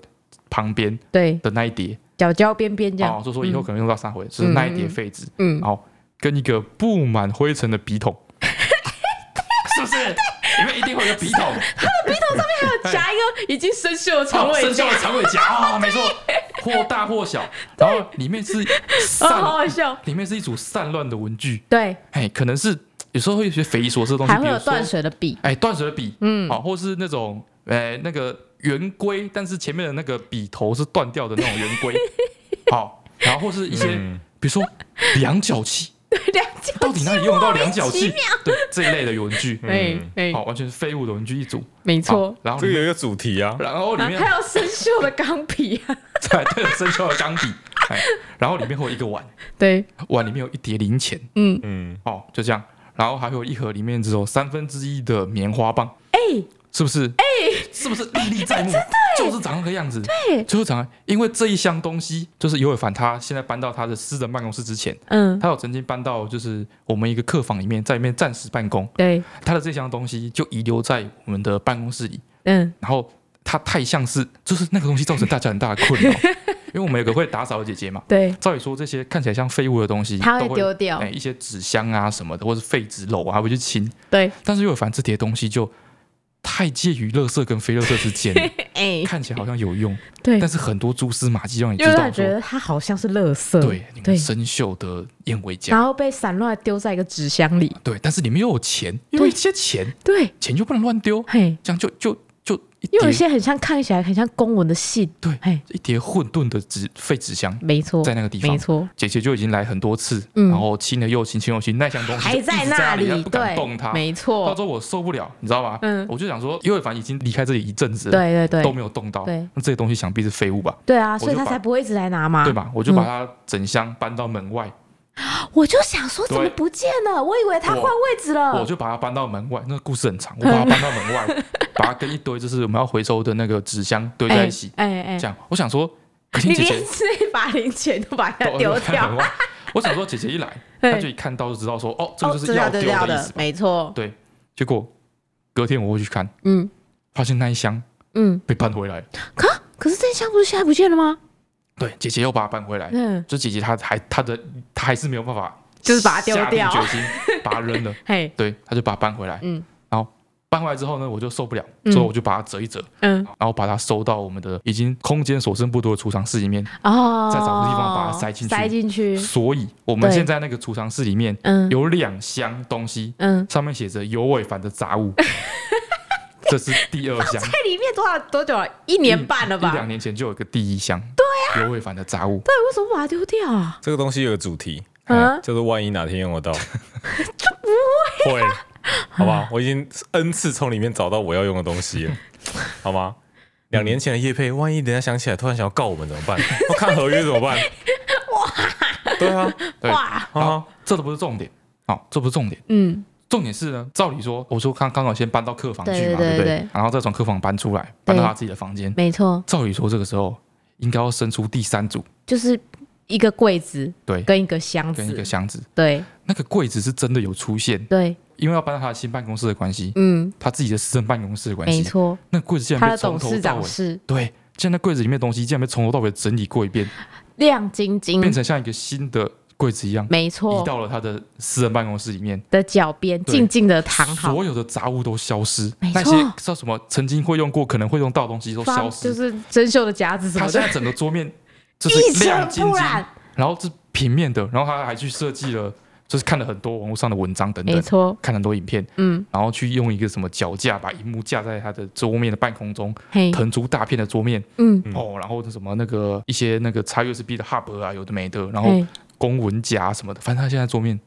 Speaker 2: 旁边
Speaker 1: 对，
Speaker 2: 的那一叠，
Speaker 1: 角角边边这
Speaker 2: 哦哎
Speaker 1: 样，，
Speaker 2: 就说以后可能用到三回，就是那一叠废纸，
Speaker 1: 嗯，
Speaker 2: 然后跟一个布满灰尘的笔筒， [LAUGHS] 是不是？里面一定会有个笔筒，
Speaker 1: 夹一个已经生锈的肠
Speaker 2: 哦
Speaker 1: 胃
Speaker 2: 生
Speaker 1: 镜
Speaker 2: 锈，的长尾夹啊，哦没错，或大或
Speaker 1: [LAUGHS]
Speaker 2: 小，然后里面是
Speaker 1: 哦，好
Speaker 2: 散，
Speaker 1: 好笑，
Speaker 2: 里面是一组散乱的文具，
Speaker 1: 对，
Speaker 2: 哎，可能是有时候会有些匪夷所思的东西，
Speaker 1: 还
Speaker 2: 比
Speaker 1: 会有
Speaker 2: 如
Speaker 1: 断
Speaker 2: 说，
Speaker 1: 水的笔， [LAUGHS]
Speaker 2: 哎，断水的笔，
Speaker 1: 嗯
Speaker 2: 好，或是那种，哎，那个圆规，但是前面的那个笔头是断掉的那
Speaker 1: [LAUGHS]
Speaker 2: 种圆规，好，然后或是一些，
Speaker 3: 嗯
Speaker 2: 比如说量角器，
Speaker 1: 两角，
Speaker 2: 到底哪里用到量角
Speaker 1: 莫
Speaker 2: 器
Speaker 1: 名？
Speaker 2: 对这一类的文具，
Speaker 1: [LAUGHS] 哎哎，
Speaker 2: 好，完全是废物的文具一组。
Speaker 1: 没
Speaker 2: 好
Speaker 1: 错，，
Speaker 2: 然后
Speaker 3: 这个有一个主题啊，
Speaker 2: 然后里
Speaker 1: 啊
Speaker 2: 面
Speaker 1: 还有生锈的钢笔啊， [LAUGHS]
Speaker 2: 对 [LAUGHS] 对生锈的钢笔，哎，然后里面会有一个碗，
Speaker 1: 对，
Speaker 2: 碗里面有一叠零钱，
Speaker 1: 嗯，
Speaker 3: 嗯，
Speaker 2: 哦，就这样，然后还有一盒里面只有三分之一的棉花棒，
Speaker 1: 哎，
Speaker 2: 是不是？哎，是不是历历在目？就是长那个样子，对，就是长，因为这一箱东西，就是尤伟凡他现在搬到他的私人办公室之前，
Speaker 1: 嗯，
Speaker 2: 他有曾经搬到就是我们一个客房里面，在里面暂时办公，
Speaker 1: 对，
Speaker 2: 他的这箱东西就遗留在我们的办公室里，
Speaker 1: 嗯，
Speaker 2: 然后它太像是就是那个东西造成大家很大的
Speaker 1: [LAUGHS]
Speaker 2: 困扰，因为我们有个会打扫的姐姐嘛，
Speaker 1: 对，
Speaker 2: 照理说这些看起来像废物的东西，
Speaker 1: 他
Speaker 2: 都
Speaker 1: 会丢掉
Speaker 2: 哎、，一些纸箱啊什么的，或是废纸篓啊，还会去清，
Speaker 1: 对，
Speaker 2: 但是又有反正这叠东西就太介于垃圾跟非垃圾之间
Speaker 1: [LAUGHS]
Speaker 2: 了，
Speaker 1: 哎，
Speaker 2: 看起来好像有用，
Speaker 1: 对
Speaker 2: 但，是很多蛛丝马迹让你知
Speaker 1: 因为他
Speaker 2: 道
Speaker 1: 觉
Speaker 2: 说，
Speaker 1: 得它好像是垃圾，
Speaker 2: 对，你
Speaker 1: 对
Speaker 2: 们生锈的燕尾
Speaker 1: 嗯
Speaker 2: 夹，
Speaker 1: 然后被散乱地丢在一个纸箱里，
Speaker 2: 对，但是里面又有钱，因为一些钱，
Speaker 1: 对，
Speaker 2: 钱就不能乱丢，
Speaker 1: 嘿，
Speaker 2: 这样就就就一
Speaker 1: 又有一
Speaker 2: 叠
Speaker 1: 些很像看起来很像公文的信，
Speaker 2: 对
Speaker 1: 嘿，
Speaker 2: 一叠混沌的纸废纸箱
Speaker 1: 哎没错，
Speaker 2: 在那个地方
Speaker 1: 没，错，
Speaker 2: 姐姐就已经来很多次，
Speaker 1: 嗯
Speaker 2: 然后亲了又亲，亲又亲，那箱东西
Speaker 1: 还
Speaker 2: 就一直在
Speaker 1: 那
Speaker 2: 里，她
Speaker 1: 里，
Speaker 2: 不敢动它
Speaker 1: 对，。没错
Speaker 2: 到时，候我受不了，你知道吗？
Speaker 1: 嗯
Speaker 2: 我就想说，因为反正已经离开这里一阵子了，
Speaker 1: 对对
Speaker 2: 都
Speaker 1: 对，
Speaker 2: 没有动到，
Speaker 1: 对
Speaker 2: 那这些东西想必是废物吧，
Speaker 1: 对啊，
Speaker 2: 就
Speaker 1: 所以他
Speaker 2: 把
Speaker 1: 才不会一直来拿嘛，
Speaker 2: 对？吧？我就
Speaker 1: 嗯
Speaker 2: 把它整箱搬到门外，
Speaker 1: 我就想说
Speaker 2: 对
Speaker 1: 怎么不见了，我以为他换位置了，
Speaker 2: 我就把它搬到门外。那故事很长，我把它搬到门外，
Speaker 1: 嗯
Speaker 2: [LAUGHS] 把它跟一堆就是我们要回收的那个纸箱堆在一起，
Speaker 1: 哎哎
Speaker 2: 这
Speaker 1: 哎，
Speaker 2: 样。我想说，可
Speaker 1: 你
Speaker 2: 婷姐
Speaker 1: 连
Speaker 2: 姐
Speaker 1: 这一把零钱都把它
Speaker 2: 都
Speaker 1: 丢
Speaker 2: 搬到
Speaker 1: 掉，
Speaker 2: 门外，我想说姐姐一来，
Speaker 1: 嘿
Speaker 2: 她就一看到就知道说，哦，这
Speaker 1: 哦，
Speaker 2: 个就
Speaker 1: 知
Speaker 2: 是
Speaker 1: 道
Speaker 2: 要
Speaker 1: 知
Speaker 2: 丢
Speaker 1: 道
Speaker 2: 意
Speaker 1: 的，
Speaker 2: 思嘛。
Speaker 1: 没错，
Speaker 2: 对，结果隔天我会去看，
Speaker 1: 嗯
Speaker 2: 发现那一箱
Speaker 1: 嗯，
Speaker 2: 被搬回来。
Speaker 1: 可可是这一箱不是现在不见了吗？
Speaker 2: 对，姐姐又把它搬回来，
Speaker 1: 嗯，
Speaker 2: 就姐姐她还她的她还是没有办法，
Speaker 1: 就是把它丢掉
Speaker 2: 决心
Speaker 1: [LAUGHS]
Speaker 2: 把它扔了。
Speaker 1: 嘿，
Speaker 2: 对，她就把它搬回来。
Speaker 1: 嗯
Speaker 2: 然后搬回来之后呢，我就受不了，
Speaker 1: 嗯
Speaker 2: 之后我就把它折一折，
Speaker 1: 嗯，
Speaker 2: 然后把它收到我们的已经空间所剩不多的储藏室里面。
Speaker 1: 哦，
Speaker 2: 再找个地方把它塞进去
Speaker 1: 塞进去，
Speaker 2: 所以我
Speaker 1: 嗯
Speaker 2: 们
Speaker 1: 对
Speaker 2: 现在那个储藏室里面
Speaker 1: 嗯
Speaker 2: 有两箱东西，
Speaker 1: 嗯，
Speaker 2: 上面写着尤伟凡的
Speaker 1: [LAUGHS]
Speaker 2: 杂物。这是第二箱，
Speaker 1: 在里面多少多久了？一年半了吧？
Speaker 2: 一两
Speaker 1: 对，
Speaker 2: 年前就有一个第一箱，对啊，尤伟凡的杂物，
Speaker 1: 为什么把它丢掉啊？
Speaker 3: 这个东西有个主题，
Speaker 2: 哎
Speaker 1: 嗯，
Speaker 3: 就是万一哪天用得到，不会，好不好？我已经 n 次从里面找到我要用的东西了，好吗？两年前的叶配，万一人家想起来，突然想要告我们怎么办？我看合约怎么办？哇，对啊，
Speaker 2: 对
Speaker 1: 哇，
Speaker 2: 啊
Speaker 3: 啊，
Speaker 2: 这都不是重点，好、这不是重点，
Speaker 1: 嗯，
Speaker 2: 重点是呢，照理说，我说刚刚好先搬到客房去嘛，
Speaker 1: 对对
Speaker 2: 不
Speaker 1: 对
Speaker 2: 对
Speaker 1: 对？
Speaker 2: 然后再从客房搬出来，搬到他自己的房间。
Speaker 1: 没错，
Speaker 2: 照理说，这个时候应该要生出第三组，
Speaker 1: 就是一个柜子
Speaker 2: 对，
Speaker 1: 跟一个箱
Speaker 2: 跟一个
Speaker 1: 子，
Speaker 2: 箱子。
Speaker 1: 对
Speaker 2: 那个柜子是真的有出现，
Speaker 1: 对，
Speaker 2: 因为要搬到他的新办公室的关系，
Speaker 1: 嗯，
Speaker 2: 他自己的私人办公室的关
Speaker 1: 没
Speaker 2: 系，
Speaker 1: 错，
Speaker 2: 那柜子竟然
Speaker 1: 他
Speaker 2: 被
Speaker 1: 的
Speaker 2: 从
Speaker 1: 董
Speaker 2: 头
Speaker 1: 事
Speaker 2: 到
Speaker 1: 长
Speaker 2: 尾，
Speaker 1: 是
Speaker 2: 对，现在柜子里面的东西竟然被从头到尾整理过一遍，
Speaker 1: 亮晶晶，
Speaker 2: 变成像一个新的柜子一样，
Speaker 1: 没
Speaker 2: 移
Speaker 1: 错
Speaker 2: 到了他的私人办公室里面。
Speaker 1: 的脚边，
Speaker 2: 对
Speaker 1: 静静的躺好
Speaker 2: 所，有的杂物都消失，
Speaker 1: 没
Speaker 2: 那
Speaker 1: 错
Speaker 2: 些叫什么曾经会用过、可能会用到的东西都消
Speaker 1: 放
Speaker 2: 失，
Speaker 1: 就是生锈的夹子什
Speaker 2: 他
Speaker 1: 么
Speaker 2: 现在
Speaker 1: 的，
Speaker 2: 整个桌面就
Speaker 1: 一
Speaker 2: 是亮
Speaker 1: 尘
Speaker 2: 晶
Speaker 1: 不
Speaker 2: 晶，
Speaker 1: 染，
Speaker 2: 然后是平面的，然后他还去设计了，就是看了很多网络上的文章等
Speaker 1: 没
Speaker 2: 等，
Speaker 1: 错，
Speaker 2: 看了很多影片，
Speaker 1: 嗯，
Speaker 2: 然后去用一个什么脚架把荧幕架在他的桌面的半空中，
Speaker 1: 嘿，
Speaker 2: 腾出大片的桌面、
Speaker 1: 嗯，
Speaker 3: 嗯
Speaker 2: 哦，然后那什么那个一些那个插 USB 的 hub 啊，有的没的，然后
Speaker 1: 嘿，
Speaker 2: 公文夹什么的，反正他现在桌面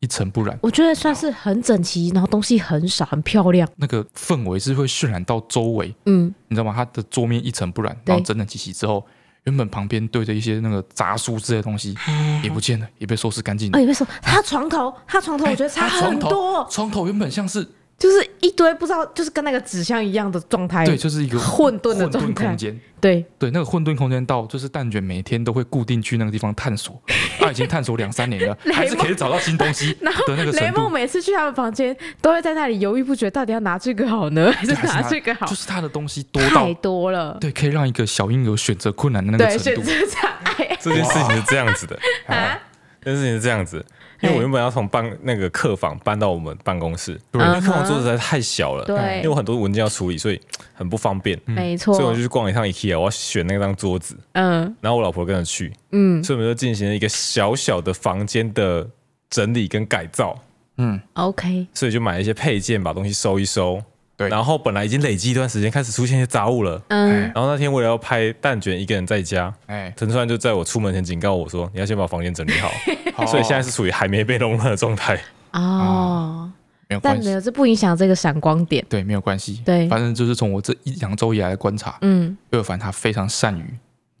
Speaker 2: 一尘不染，
Speaker 1: 我觉得算是很整齐，然后东西很少，很漂亮，
Speaker 2: 那个氛围是会渲染到周围，
Speaker 1: 嗯，
Speaker 2: 你知道吗？它的桌面一尘不染，
Speaker 1: 对
Speaker 2: 然后整整齐齐之后，原本旁边堆着一些那个杂书之类的东西
Speaker 1: 啊
Speaker 2: 也不
Speaker 1: 哎
Speaker 2: 见了，也被收拾干净了
Speaker 1: 哎，。为什么他床头，他床头我觉得差
Speaker 2: 它床
Speaker 1: 很
Speaker 2: 头
Speaker 1: 多，
Speaker 2: 床头原本像是
Speaker 1: 就是一堆不知道，就是跟那个纸箱一样的状态，
Speaker 2: 对，就是一个
Speaker 1: 哎混沌的
Speaker 2: 混
Speaker 1: 状
Speaker 2: 沌
Speaker 1: 态
Speaker 2: 空，间。
Speaker 1: 对，
Speaker 2: 对，那个混沌空间到就是蛋卷每天都会固定去那个地方探
Speaker 1: [LAUGHS]
Speaker 2: 索，他已经探索两三年了，还是可以找到新东西
Speaker 1: 然后
Speaker 2: 的那个
Speaker 1: 雷
Speaker 2: 程
Speaker 1: 梦
Speaker 2: 度。
Speaker 1: 每次去他们房间，都会在那里犹豫不决，到底要拿这个好呢， [LAUGHS] 还是
Speaker 2: 对还是
Speaker 1: 拿
Speaker 2: 拿
Speaker 1: 这个好
Speaker 2: 就？是他的东西多到
Speaker 1: 太多了，
Speaker 2: 对，可以让一个小婴儿选择困难的那
Speaker 1: 对，
Speaker 2: 个
Speaker 1: 选
Speaker 2: 程度
Speaker 1: 择。障碍
Speaker 3: 这件事情是这样子的，
Speaker 1: 啊，
Speaker 3: 这件事情是这样子，因为我原本要从办那个客房搬到我们办公室，
Speaker 2: 对
Speaker 3: 因为客房桌子实在太小了，
Speaker 1: 对
Speaker 3: 因为我很多文件要处理，所以很不方便，
Speaker 2: 嗯
Speaker 1: 没错
Speaker 3: 所以，我就去逛一趟 IKEA，我要选那张桌子，
Speaker 1: 嗯
Speaker 3: 然后我老婆跟着去，
Speaker 1: 嗯，
Speaker 3: 所以我们就进行了一个小小的房间的整理跟改造，
Speaker 2: 嗯，
Speaker 1: OK，
Speaker 3: 所以就买了一些配件，把东西收一收。
Speaker 2: 对
Speaker 3: 然后本来已经累积一段时间，开始出现一些杂物了。
Speaker 1: 嗯
Speaker 2: 哎，
Speaker 3: 然后那天为了要拍蛋卷一个人在家，
Speaker 2: 哎，
Speaker 3: 陈川就在我出门前警告我说：“你要先把房间整理好。
Speaker 1: 嗯
Speaker 2: 好”
Speaker 3: 所以现在是处于还没被弄乱的状态。
Speaker 2: 啊
Speaker 1: 哦，
Speaker 2: 没有
Speaker 1: 但
Speaker 2: 关
Speaker 1: 没
Speaker 2: 系，
Speaker 1: 有，这不影响这个闪光点，
Speaker 2: 对，没有关系，
Speaker 1: 对
Speaker 2: 反正就是从我这一两周以来的观察，
Speaker 1: 嗯，
Speaker 2: 岳凡他非常善于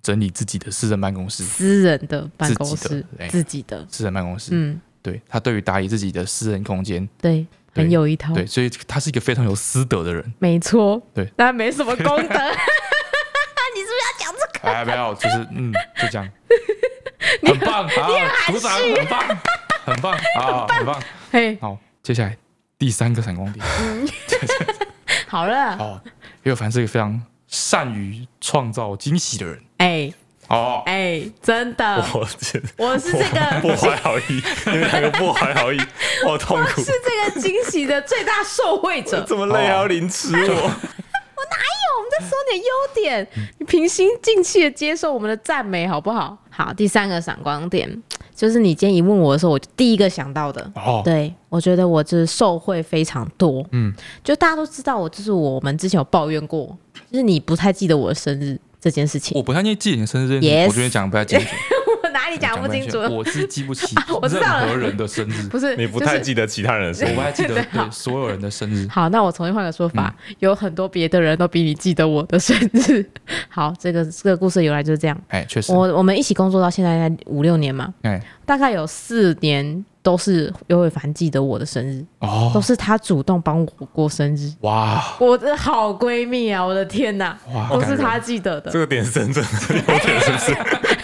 Speaker 2: 整理自己的私人办公室，
Speaker 1: 私人的办公
Speaker 2: 自己
Speaker 1: 室
Speaker 2: 的，哎
Speaker 1: 自己的，
Speaker 2: 私人办公室，
Speaker 1: 嗯，
Speaker 2: 对他对于打理自己的私人空间，
Speaker 1: 对，很
Speaker 2: 对
Speaker 1: 有一套，
Speaker 2: 对，所以他是一个非常有私德的人。
Speaker 1: 没错，
Speaker 2: 对，
Speaker 1: 但没什么
Speaker 2: [LAUGHS]
Speaker 1: [LAUGHS] 功德，
Speaker 2: 哎，没有，就是嗯，
Speaker 1: [LAUGHS]
Speaker 2: 就这样，很棒，好，鼓掌，很棒，很棒，好，很棒。
Speaker 1: 嘿，
Speaker 2: 好，接下来第三个闪光点，
Speaker 1: 好了，
Speaker 2: 哦，岳凡是一个非常善于创造惊喜的人。
Speaker 1: 哎
Speaker 2: 哦，
Speaker 1: 哎，真的，
Speaker 3: 我觉得
Speaker 1: 我是这个
Speaker 3: 不怀好意，你们两个不怀好意，我好痛苦
Speaker 1: 是，这个惊喜的最大受惠
Speaker 3: [LAUGHS]
Speaker 1: 者。
Speaker 3: 这么累还要凌迟我。
Speaker 1: 我们在说你的优点，你平心静气的接受我们的赞美，好不好？好，第三个闪光点就是你今天一问我的时候，我就第一个想到的。
Speaker 2: 哦，
Speaker 1: 对，我觉得我就是受惠非常多。嗯
Speaker 2: 嗯，
Speaker 1: 就大家都知道我，就是我们之前有抱怨过，就是你不太记得我的生日这件事情。
Speaker 2: 我不太记得你的生日这件事
Speaker 1: Yes
Speaker 2: 情，我觉得讲得不太清楚，
Speaker 1: [LAUGHS] 我哪里讲不清楚？啊
Speaker 2: 我是记
Speaker 1: [LAUGHS]
Speaker 2: 不起
Speaker 1: 我知
Speaker 2: 任
Speaker 1: 道了
Speaker 2: 何人的生
Speaker 1: [LAUGHS]
Speaker 2: 日，
Speaker 1: 不是，
Speaker 3: 你不
Speaker 1: 就是
Speaker 3: 太记得其他人的事
Speaker 2: 我不
Speaker 3: 吗？
Speaker 2: 太记得
Speaker 1: 对好
Speaker 2: 对所有人的生日。
Speaker 1: 好，那我重新换个说法，
Speaker 3: 嗯
Speaker 1: 有很多别的人都比你记得我的生日。 [LAUGHS] 好，这个这个故事由来就是这样。
Speaker 2: 哎，确实，
Speaker 1: 我我们一起工作到现在应该五六年嘛，
Speaker 2: 哎，
Speaker 1: 大概有四年都是尤伟凡记得我的生日，都
Speaker 2: 哦，
Speaker 1: 是他主动帮我过生日。
Speaker 2: 哇
Speaker 1: 我的好闺蜜啊，我的天哪，
Speaker 2: 哇，
Speaker 1: 都是
Speaker 2: 感人
Speaker 1: 他记得的
Speaker 3: 这。个点是真正的有点是不是？ [LAUGHS]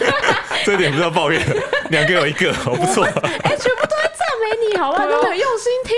Speaker 3: 这点不是要抱怨，两个有一个，好不错。啊
Speaker 1: 哎、全部都在赞美你，好吧，都很用心听。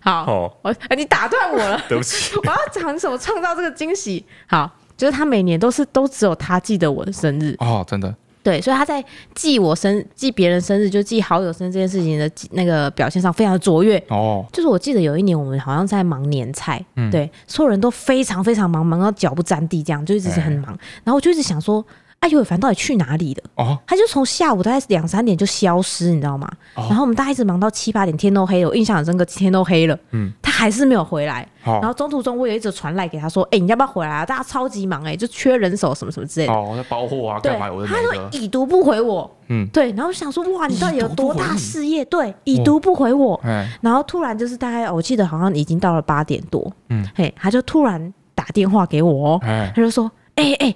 Speaker 1: 好，
Speaker 3: 哦，
Speaker 1: 我、哎你打断我了。
Speaker 3: [LAUGHS] 对不起，
Speaker 1: 我要讲什么创造这个惊喜？好，就是他每年都是都只有他记得我的生日，
Speaker 2: 哦，真的，
Speaker 1: 对，所以他在记我生记别人生日，就记好友生日这件事情的记那个表现上非常的卓越。
Speaker 2: 哦，
Speaker 1: 就是我记得有一年我们好像在忙年菜，
Speaker 2: 嗯
Speaker 1: 对，所有人都非常非常忙，忙到脚不沾地，这样就一直是很忙。
Speaker 2: 哎
Speaker 1: 然后我就一直想说，哎、尤伟凡到底去哪里了？
Speaker 2: 哦，
Speaker 1: 他就从下午大概两三点就消失，你知道吗？
Speaker 2: 哦
Speaker 1: 然后我们大概一直忙到七八点，天都黑了，我印象很深刻，天都黑了，
Speaker 2: 嗯
Speaker 1: 他还是没有回来。
Speaker 2: 好
Speaker 1: 然后中途中我也一直传赖给他说，哎、你要不要回来啊？大家超级忙哎、就缺人手什么什么之类的。
Speaker 2: 哦，在包货啊，
Speaker 1: 对，
Speaker 2: 干嘛？我的
Speaker 1: 他
Speaker 2: 那
Speaker 1: 说
Speaker 2: 个，
Speaker 1: 已读不回我，
Speaker 2: 嗯，
Speaker 1: 对，然后我想说哇，你到底有多
Speaker 2: 已读不
Speaker 1: 大
Speaker 2: 回你
Speaker 1: 事业？对，已读不回我，
Speaker 2: 哎，
Speaker 1: 然后突然就是大概我记得好像已经到了八点多，嗯
Speaker 2: 嗯，
Speaker 1: 嘿，他就突然打电话给我、哦，
Speaker 2: 哎，
Speaker 1: 他就说，哎、哎、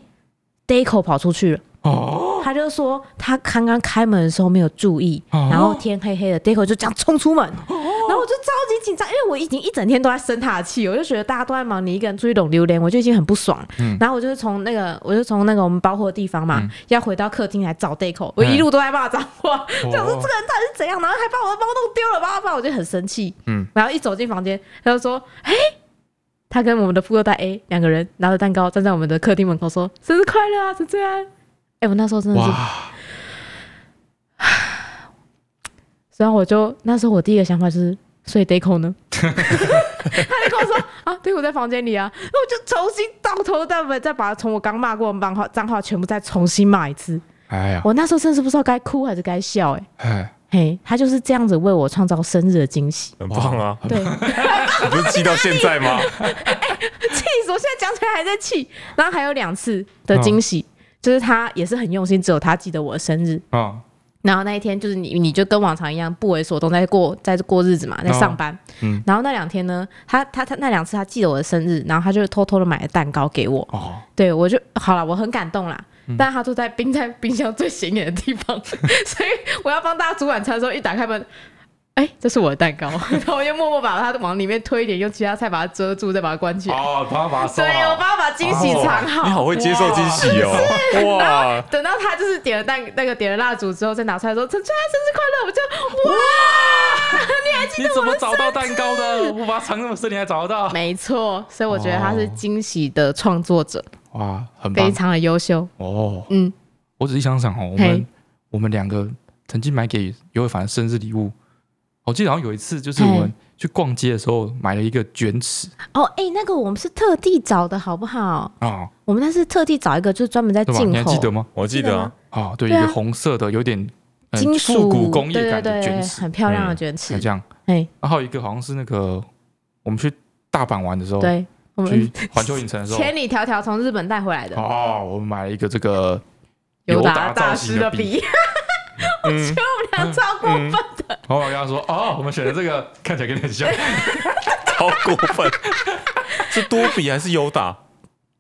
Speaker 1: d a c o 跑出去了，
Speaker 2: 哦，
Speaker 1: 他就说他刚刚开门的时候没有注意，
Speaker 2: 哦
Speaker 1: 然后天黑黑的 d a c o 就这样冲出门，然后我就超级紧张，因为我已经一整天都在生他的气，我就觉得大家都在忙，你一个人出去拢榴莲，我就已经很不爽。
Speaker 2: 嗯
Speaker 1: 然后我就是从那个，我就从那个我们包货的地方嘛，要回到客厅来找 d a c o 我一
Speaker 2: 嗯
Speaker 1: 路都在骂脏话，
Speaker 2: 哦
Speaker 1: 想说这个人到底是怎样，然后还把我的包弄丢了，叭叭叭，我就很生气。
Speaker 2: 嗯
Speaker 1: 然后一走进房间，他就说：“嘿。”他跟我们的富二代 A 两个人拿着蛋糕站在我们的客厅门口说：“生日快乐啊，陈志安！”哎、我那时候真的是
Speaker 2: 哇，
Speaker 1: 然后我就那时候我第一个想法就是，所以 Deco 呢？ [LAUGHS] 他就跟我说啊，Deco 在房间里啊，那我就重新到头到尾再把从我刚骂过的脏话脏话全部再重新骂一次。
Speaker 2: 哎呀，
Speaker 1: 我那时候甚至不知道该哭还是该笑、欸，
Speaker 2: 哎，
Speaker 1: 嘿，他就是这样子为我创造生日的惊喜。
Speaker 3: 很棒啊！
Speaker 2: [LAUGHS]
Speaker 1: 对，气
Speaker 3: 你不是记到现
Speaker 1: [LAUGHS]
Speaker 3: 在吗？
Speaker 1: 死我！现在讲起来还在气。然后还有两次的惊喜，就是他也是很用心，只有他记得我的生日。
Speaker 2: 啊，
Speaker 1: 然后那一天就是你，你就跟往常一样不为所动，在过在过日子嘛，在上班。
Speaker 2: 嗯
Speaker 1: 然后那两天呢，他他他那两次他记得我的生日，然后他就偷偷的买了蛋糕给我。
Speaker 2: 哦，
Speaker 1: 对我就好了，我很感动啦。但他都在 [LAUGHS] 冰在冰箱最显眼的地方，所以我要帮大家煮晚餐的时候，一打开门，哎、这是我的蛋糕， [LAUGHS] 然后我又默默把它往里面推一点，用其他菜把它遮住，再把它关起来。
Speaker 2: 哦，把它把它收
Speaker 1: 对，我
Speaker 2: 好。
Speaker 1: 帮他把惊喜藏
Speaker 3: 哦你
Speaker 1: 好。啊
Speaker 3: 好会接受惊喜哦，哇！
Speaker 1: 等到他就是点了蛋那个点了蜡烛之后，再拿出来说陈川生日快乐，我就哇，你还记
Speaker 2: 你怎么找到蛋糕的？我把它藏那么深，你还找得到？
Speaker 1: 没错，所以我觉得他是惊喜的创作者，
Speaker 2: 哇，哦很棒
Speaker 1: 非常的优秀。
Speaker 2: 哦！
Speaker 1: 嗯，
Speaker 2: 我仔细想想哦，我
Speaker 1: 嘿
Speaker 2: 们我们两个曾经买给尤伟凡的生日礼物，我记得好像有一次就是我们去逛街的时候买了一个卷尺
Speaker 1: 哦，哎、那个我们是特地找的好不好？
Speaker 2: 啊，
Speaker 1: 我们那是特地找一个，就是专门在
Speaker 2: 对吧？
Speaker 1: 进
Speaker 2: 你还
Speaker 1: 口，
Speaker 2: 记得吗？
Speaker 3: 我记得啊，
Speaker 2: 啊，对，一
Speaker 1: 对啊
Speaker 2: 个红色的，有点呃
Speaker 1: 金
Speaker 2: 复
Speaker 1: 属
Speaker 2: 古工业
Speaker 1: 对
Speaker 2: 感
Speaker 1: 对
Speaker 2: 的
Speaker 1: 对，
Speaker 2: 卷尺，
Speaker 1: 很漂亮的
Speaker 3: 嗯
Speaker 1: 卷尺
Speaker 2: 像。这样。
Speaker 1: 哎、
Speaker 2: 然后还有一个好像是那个我们去大阪玩的时候，
Speaker 1: 对，我
Speaker 2: 哦去
Speaker 1: 们 [LAUGHS]
Speaker 2: 环球影城的时候，
Speaker 1: 千里迢迢从日本带回来的。
Speaker 2: 哦，我们买了一个这个
Speaker 1: 尤达
Speaker 2: 达
Speaker 1: 大
Speaker 2: 造
Speaker 1: 师
Speaker 2: 型嗯啊
Speaker 1: 的
Speaker 2: 笔，
Speaker 1: 笔， [LAUGHS] 我
Speaker 3: 嗯，
Speaker 1: 们俩超过分，
Speaker 2: 然后我跟他说，哦，我们选的这个看起来跟你很像
Speaker 3: 超过分，是多比还是优打？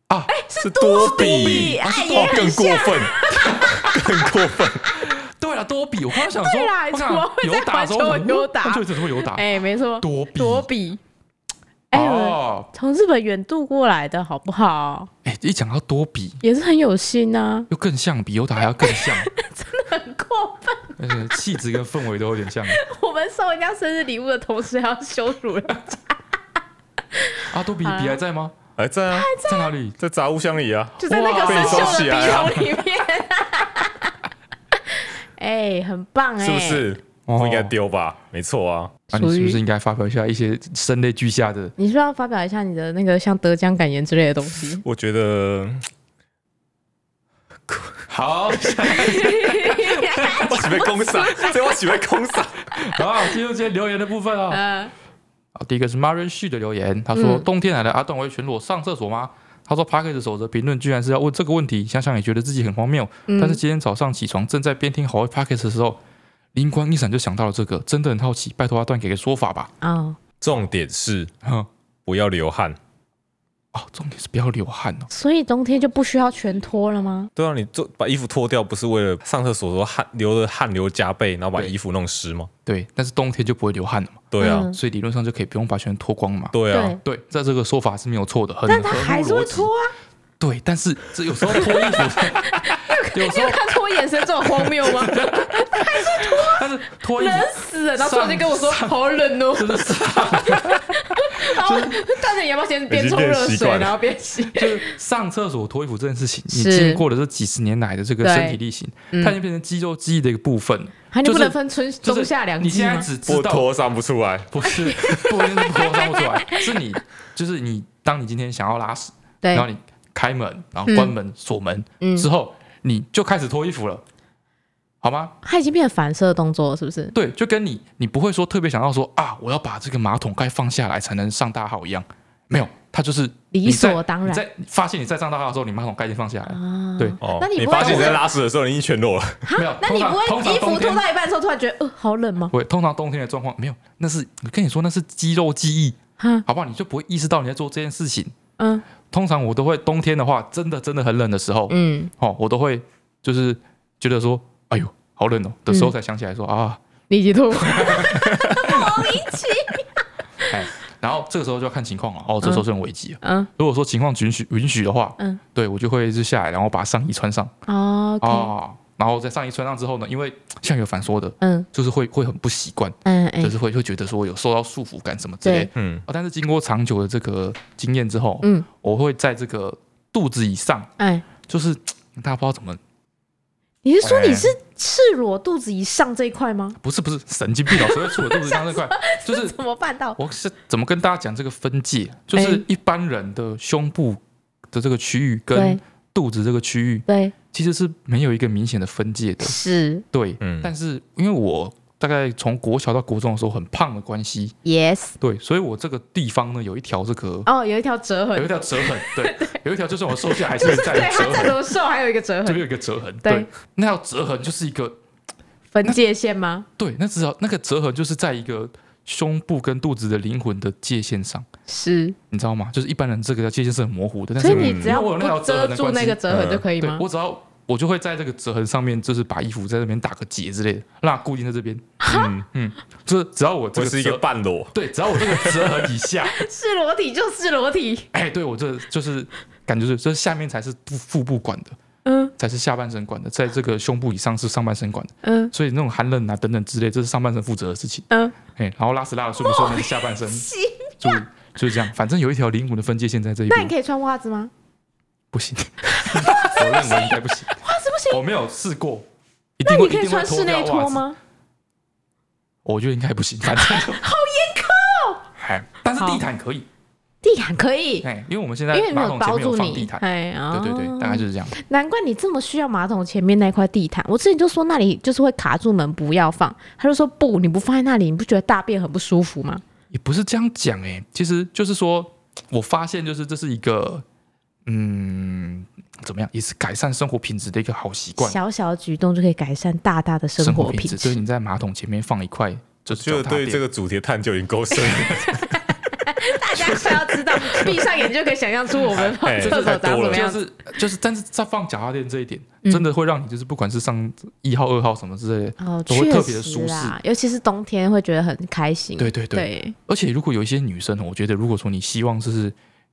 Speaker 2: 啊，
Speaker 3: 是多
Speaker 1: 比
Speaker 3: 啊
Speaker 1: 哎
Speaker 3: 是
Speaker 1: 也
Speaker 3: 哦
Speaker 1: 很
Speaker 3: 更过分，更过分。
Speaker 2: 对了，多比，我刚刚想说，
Speaker 1: 对啦
Speaker 2: 我
Speaker 1: 怎么
Speaker 2: 想
Speaker 1: 会
Speaker 2: 有
Speaker 1: 在
Speaker 2: 打的时候，
Speaker 1: 环球有打
Speaker 2: 就只会有打
Speaker 1: 哎、没错，
Speaker 2: 多比
Speaker 1: 多比，哎、我们
Speaker 2: 哦，
Speaker 1: 从日本远渡过来的好不好？
Speaker 2: 哎，一讲到多比，
Speaker 1: 也是很有心啊，
Speaker 2: 又更像，比尤达还要更
Speaker 1: [LAUGHS]
Speaker 2: 像，
Speaker 1: 很过分。
Speaker 2: 而且气质跟氛围都有点像
Speaker 1: 我们收人家生日礼物的同时，还要羞辱人家。
Speaker 2: 啊。多比
Speaker 1: 好啦
Speaker 2: 比还在吗？
Speaker 3: 哎，在啊，
Speaker 2: 在哪里？
Speaker 3: 在杂物箱里啊，
Speaker 1: 就在那个
Speaker 2: 哇
Speaker 1: 生锈的笔筒里面。 [LAUGHS] 哎、很棒哎、
Speaker 3: 是不？是？
Speaker 2: 哦
Speaker 3: 不应该丢吧？没错啊，
Speaker 2: 啊，你
Speaker 1: 属
Speaker 2: 是不
Speaker 1: 于
Speaker 2: 是应该发表一下一些声泪俱下的？
Speaker 1: 你是不是要发表一下你的那个像得奖感言之类的东西？
Speaker 3: 我
Speaker 1: [LAUGHS]
Speaker 3: 觉得
Speaker 2: 好，
Speaker 3: 我喜被攻杀，这啊我喜被攻杀。
Speaker 2: 好，进入今天留言的部分啊。
Speaker 1: 嗯、
Speaker 2: 好，第一个是 Marion 旭的留言，他说：“
Speaker 1: 嗯
Speaker 2: 冬天来了，阿段会全裸上厕所吗？”他说 p a r k e 的守则评论居然是要问这个问题，想想也觉得自己很荒谬。
Speaker 1: 嗯
Speaker 2: 但是今天早上起床，正在边听好味 p a r k e 的时候，灵光一闪就想到了这个，真的很好奇，拜托阿段给个说法吧。 [LAUGHS]
Speaker 1: 哦，
Speaker 3: 重点是
Speaker 2: 哼，
Speaker 3: 不要流汗。
Speaker 2: 哦，重点是不要流汗哦。
Speaker 1: 所以冬天就不需要全脱了吗？
Speaker 3: 对啊，你做把衣服脱掉，不是为了上厕所的时候汗流的汗流浃背，然后把
Speaker 2: 对
Speaker 3: 衣服弄湿吗？
Speaker 2: 对，但是冬天就不会流汗了嘛，
Speaker 3: 对啊，
Speaker 1: 嗯
Speaker 2: 所以理论上就可以不用把全脱光嘛。
Speaker 3: 对啊，
Speaker 2: 对，在这个说法是没有错的，很
Speaker 1: 但他
Speaker 2: 合乎
Speaker 1: 还是会
Speaker 2: 逻辑
Speaker 1: 脱啊，
Speaker 2: 对，但是这有时候脱衣服， [LAUGHS] 有时
Speaker 1: 因
Speaker 2: 候
Speaker 1: 为他脱眼神这种荒谬
Speaker 2: [LAUGHS]
Speaker 1: 吗？
Speaker 2: 但是脱衣
Speaker 1: 冷
Speaker 2: 服
Speaker 1: 死了，然后突然间跟我说好冷哦，
Speaker 2: 真的是
Speaker 1: [LAUGHS] 然后但是你要不要先边冲热
Speaker 3: 已经变习
Speaker 1: 水，
Speaker 3: 惯了
Speaker 1: 然后边洗？
Speaker 2: 就是上厕所脱衣服这件事情，你
Speaker 1: 是
Speaker 2: 经过了这几十年来的这个
Speaker 1: 对
Speaker 2: 身体力行，
Speaker 1: 嗯
Speaker 2: 它已经变成肌肉记忆的一个部分了。
Speaker 1: [LAUGHS] 啊，你
Speaker 2: 就
Speaker 1: 不
Speaker 2: 是
Speaker 1: 能分春
Speaker 2: 就是
Speaker 1: 冬夏两
Speaker 2: 你
Speaker 1: 季
Speaker 2: 现在
Speaker 1: 吗？
Speaker 2: 只知
Speaker 3: 不
Speaker 2: 道
Speaker 3: 脱上不出来。
Speaker 2: 不是， [LAUGHS] 不一定是脱上不出来，是你就是你，当你今天想要拉屎，
Speaker 1: 对
Speaker 2: 然后你开门，然后关门、锁门
Speaker 1: 嗯
Speaker 2: 之后，你就开始脱衣服了，好吗？
Speaker 1: 它已经变成反射动作了，是不是？
Speaker 2: 对，就跟你你不会说特别想要说啊，我要把这个马桶盖放下来才能上大号一样，没有，它就是
Speaker 1: 理
Speaker 2: 你在
Speaker 1: 所当然
Speaker 2: 你在发现你在上大号的时候，你马桶盖已经放下来了，
Speaker 1: 啊
Speaker 2: 对
Speaker 3: 哦，
Speaker 1: 那你不会
Speaker 3: 发现你在拉屎的时候，你已经全裸 [LAUGHS] 了。
Speaker 2: 没有。
Speaker 1: 那你不
Speaker 2: 通
Speaker 1: 会
Speaker 2: 常
Speaker 1: 衣服
Speaker 2: 通常冬
Speaker 1: 脱
Speaker 2: 天
Speaker 1: 到一半的时候突然觉得呃好冷吗？
Speaker 2: 不会，通常冬天的状况没有，那是我跟你说那是肌肉记忆，
Speaker 1: 哈
Speaker 2: 好不好？你就不会意识到你在做这件事情。
Speaker 1: 嗯
Speaker 2: 通常我都会冬天的话，真的真的很冷的时候，
Speaker 1: 嗯，
Speaker 2: 哦，我都会就是觉得说，哎呦，好冷哦的时候才想起来说、啊，
Speaker 1: 你已经脱，莫名其
Speaker 2: 哎，然后这个时候就要看情况了，哦，这时候是很危急了。
Speaker 1: [LAUGHS] 嗯
Speaker 2: 如果说情况允许允许的话，
Speaker 1: 嗯
Speaker 2: 对我就会是下来，然后把上衣穿上
Speaker 1: 哦
Speaker 2: 啊、
Speaker 1: ，OK，
Speaker 2: 然后在上衣穿上之后呢，因为像有凡说的，
Speaker 1: 嗯
Speaker 2: 就是会会很不习惯，
Speaker 1: 嗯哎
Speaker 2: 就是会会觉得说有受到束缚感什么之类
Speaker 1: 对
Speaker 2: 的。
Speaker 3: 嗯，
Speaker 2: 啊，但是经过长久的这个经验之后，
Speaker 1: 嗯
Speaker 2: 我会在这个肚子以上，
Speaker 1: 哎，
Speaker 2: 就是大家不知道怎么，
Speaker 1: 你是
Speaker 2: 哎
Speaker 1: 说你是赤裸肚子以上这一块吗？
Speaker 2: 不是不是神经病哦，谁会处我肚子以上
Speaker 1: [LAUGHS]
Speaker 2: 这块？就是
Speaker 1: 怎么办到？
Speaker 2: 我是怎么跟大家讲这个分界，就是
Speaker 1: 哎
Speaker 2: 一般人的胸部的这个区域
Speaker 1: 对
Speaker 2: 跟肚子这个区域
Speaker 1: 对，
Speaker 2: 其实是没有一个明显的分界的，
Speaker 1: 是
Speaker 2: 对，
Speaker 3: 嗯
Speaker 2: 但是因为我大概从国小到国中的时候很胖的关系，
Speaker 1: ，yes，
Speaker 2: 对，所以我这个地方呢有一条这个
Speaker 1: 哦，有一条折
Speaker 2: 有一
Speaker 1: 痕，
Speaker 2: 条折痕，
Speaker 1: [LAUGHS]
Speaker 2: 对，有一条就算我瘦下来还是
Speaker 1: 就
Speaker 2: 会
Speaker 1: 是
Speaker 2: 在
Speaker 1: 对
Speaker 2: 的
Speaker 1: 它
Speaker 2: 折
Speaker 1: 再
Speaker 2: 痕
Speaker 1: 怎，么瘦，还有一个折
Speaker 2: 就
Speaker 1: 痕，
Speaker 2: 有一个折痕，
Speaker 1: 对
Speaker 2: 对，那条折痕就是一个
Speaker 1: 分界线吗？
Speaker 2: 对，那至少那个折痕就是在一个胸部跟肚子的灵魂的界限上，
Speaker 1: 是，
Speaker 2: 你知道吗？就是一般人这个界限是很模糊的，但
Speaker 1: 所以
Speaker 2: 是嗯
Speaker 1: 你只要
Speaker 2: 因为我有
Speaker 1: 不
Speaker 2: 那条折痕
Speaker 1: 遮
Speaker 2: 的
Speaker 1: 住
Speaker 2: 关系嗯
Speaker 1: 那个折痕就可以
Speaker 2: 对
Speaker 1: 吗？
Speaker 2: 我只要我就会在这个折痕上面，就是把衣服在这边打个结之类的，让它固定在这边。
Speaker 3: 嗯，
Speaker 2: 嗯，就是只要我这
Speaker 3: 我
Speaker 2: 个
Speaker 3: 是一个
Speaker 2: 折
Speaker 3: 半裸，
Speaker 2: 对，只要我这个折痕以下，
Speaker 1: 是裸体就是裸体，
Speaker 2: 哎，对我这就是感觉是，这下面才是腹腹部管的，
Speaker 1: 嗯
Speaker 2: 才是下半身管的，在这个胸部以上是上半身管的，
Speaker 1: 嗯
Speaker 2: 所以那种寒冷啊等等之类，这是上半身负责的事情。
Speaker 1: 嗯，
Speaker 2: 哎，然后拉屎拉的顺不顺，那是
Speaker 1: [LAUGHS]
Speaker 2: 下半身
Speaker 1: 行。
Speaker 2: 注意，就是这样。反正有一条灵魂的分界线在这一
Speaker 1: 那你
Speaker 2: 边，
Speaker 1: 可以穿袜子吗？
Speaker 2: 不
Speaker 1: [LAUGHS]
Speaker 2: 行，我认为应该不行，
Speaker 1: 袜子不行，
Speaker 2: 我没有试过。一
Speaker 1: 那
Speaker 2: 定会
Speaker 1: 你可以穿室内拖？
Speaker 2: 一定会脱掉袜子
Speaker 1: 吗？
Speaker 2: 我觉得应该不行，反
Speaker 1: [LAUGHS]
Speaker 2: 正好严苛哦。 [LAUGHS] 哎，但是地毯可以，
Speaker 1: 地毯可以，
Speaker 2: 哎，因为我们现在
Speaker 1: 因为你没有
Speaker 2: 马桶前
Speaker 1: 包
Speaker 2: 面有
Speaker 1: 住
Speaker 2: 放地
Speaker 1: 你
Speaker 2: 毯，，
Speaker 1: 哎呀
Speaker 2: 对对对，大概就是这样。
Speaker 1: 难怪你这么需要马桶前面那块地毯。我之前就说那里就是会卡住门，不要放。他就说不，你不放在那里，你不觉得大便很不舒服吗？
Speaker 2: 也不是这样讲哎、其实就是说，我发现就是这是一个，嗯，怎么样，也是改善生活品质的一个好习惯。
Speaker 1: 小小的举动就可以改善大大的生活
Speaker 2: 活
Speaker 1: 品
Speaker 2: 质，就是。你在马桶前面放一块，就是
Speaker 3: 就
Speaker 2: 脚踏
Speaker 3: 对
Speaker 2: 垫
Speaker 3: 这个主题的探究已经够深了，
Speaker 1: [LAUGHS] 大家快要知道，闭上眼就可以想象出我
Speaker 2: [LAUGHS]
Speaker 1: 们放
Speaker 3: 哎
Speaker 1: 厕所长什么
Speaker 2: 就
Speaker 1: 样子。
Speaker 2: 是就是，但是在放脚踏垫这一点，
Speaker 1: 嗯
Speaker 2: 真的会让你就是不管是上一号、二号什么之类的，
Speaker 1: 哦，
Speaker 2: 都会
Speaker 1: 确
Speaker 2: 特别的
Speaker 1: 实
Speaker 2: 舒适
Speaker 1: 啦，尤其是冬天会觉得很开心。
Speaker 2: 对对对。而且如果有一些女生，我觉得如果说你希望就是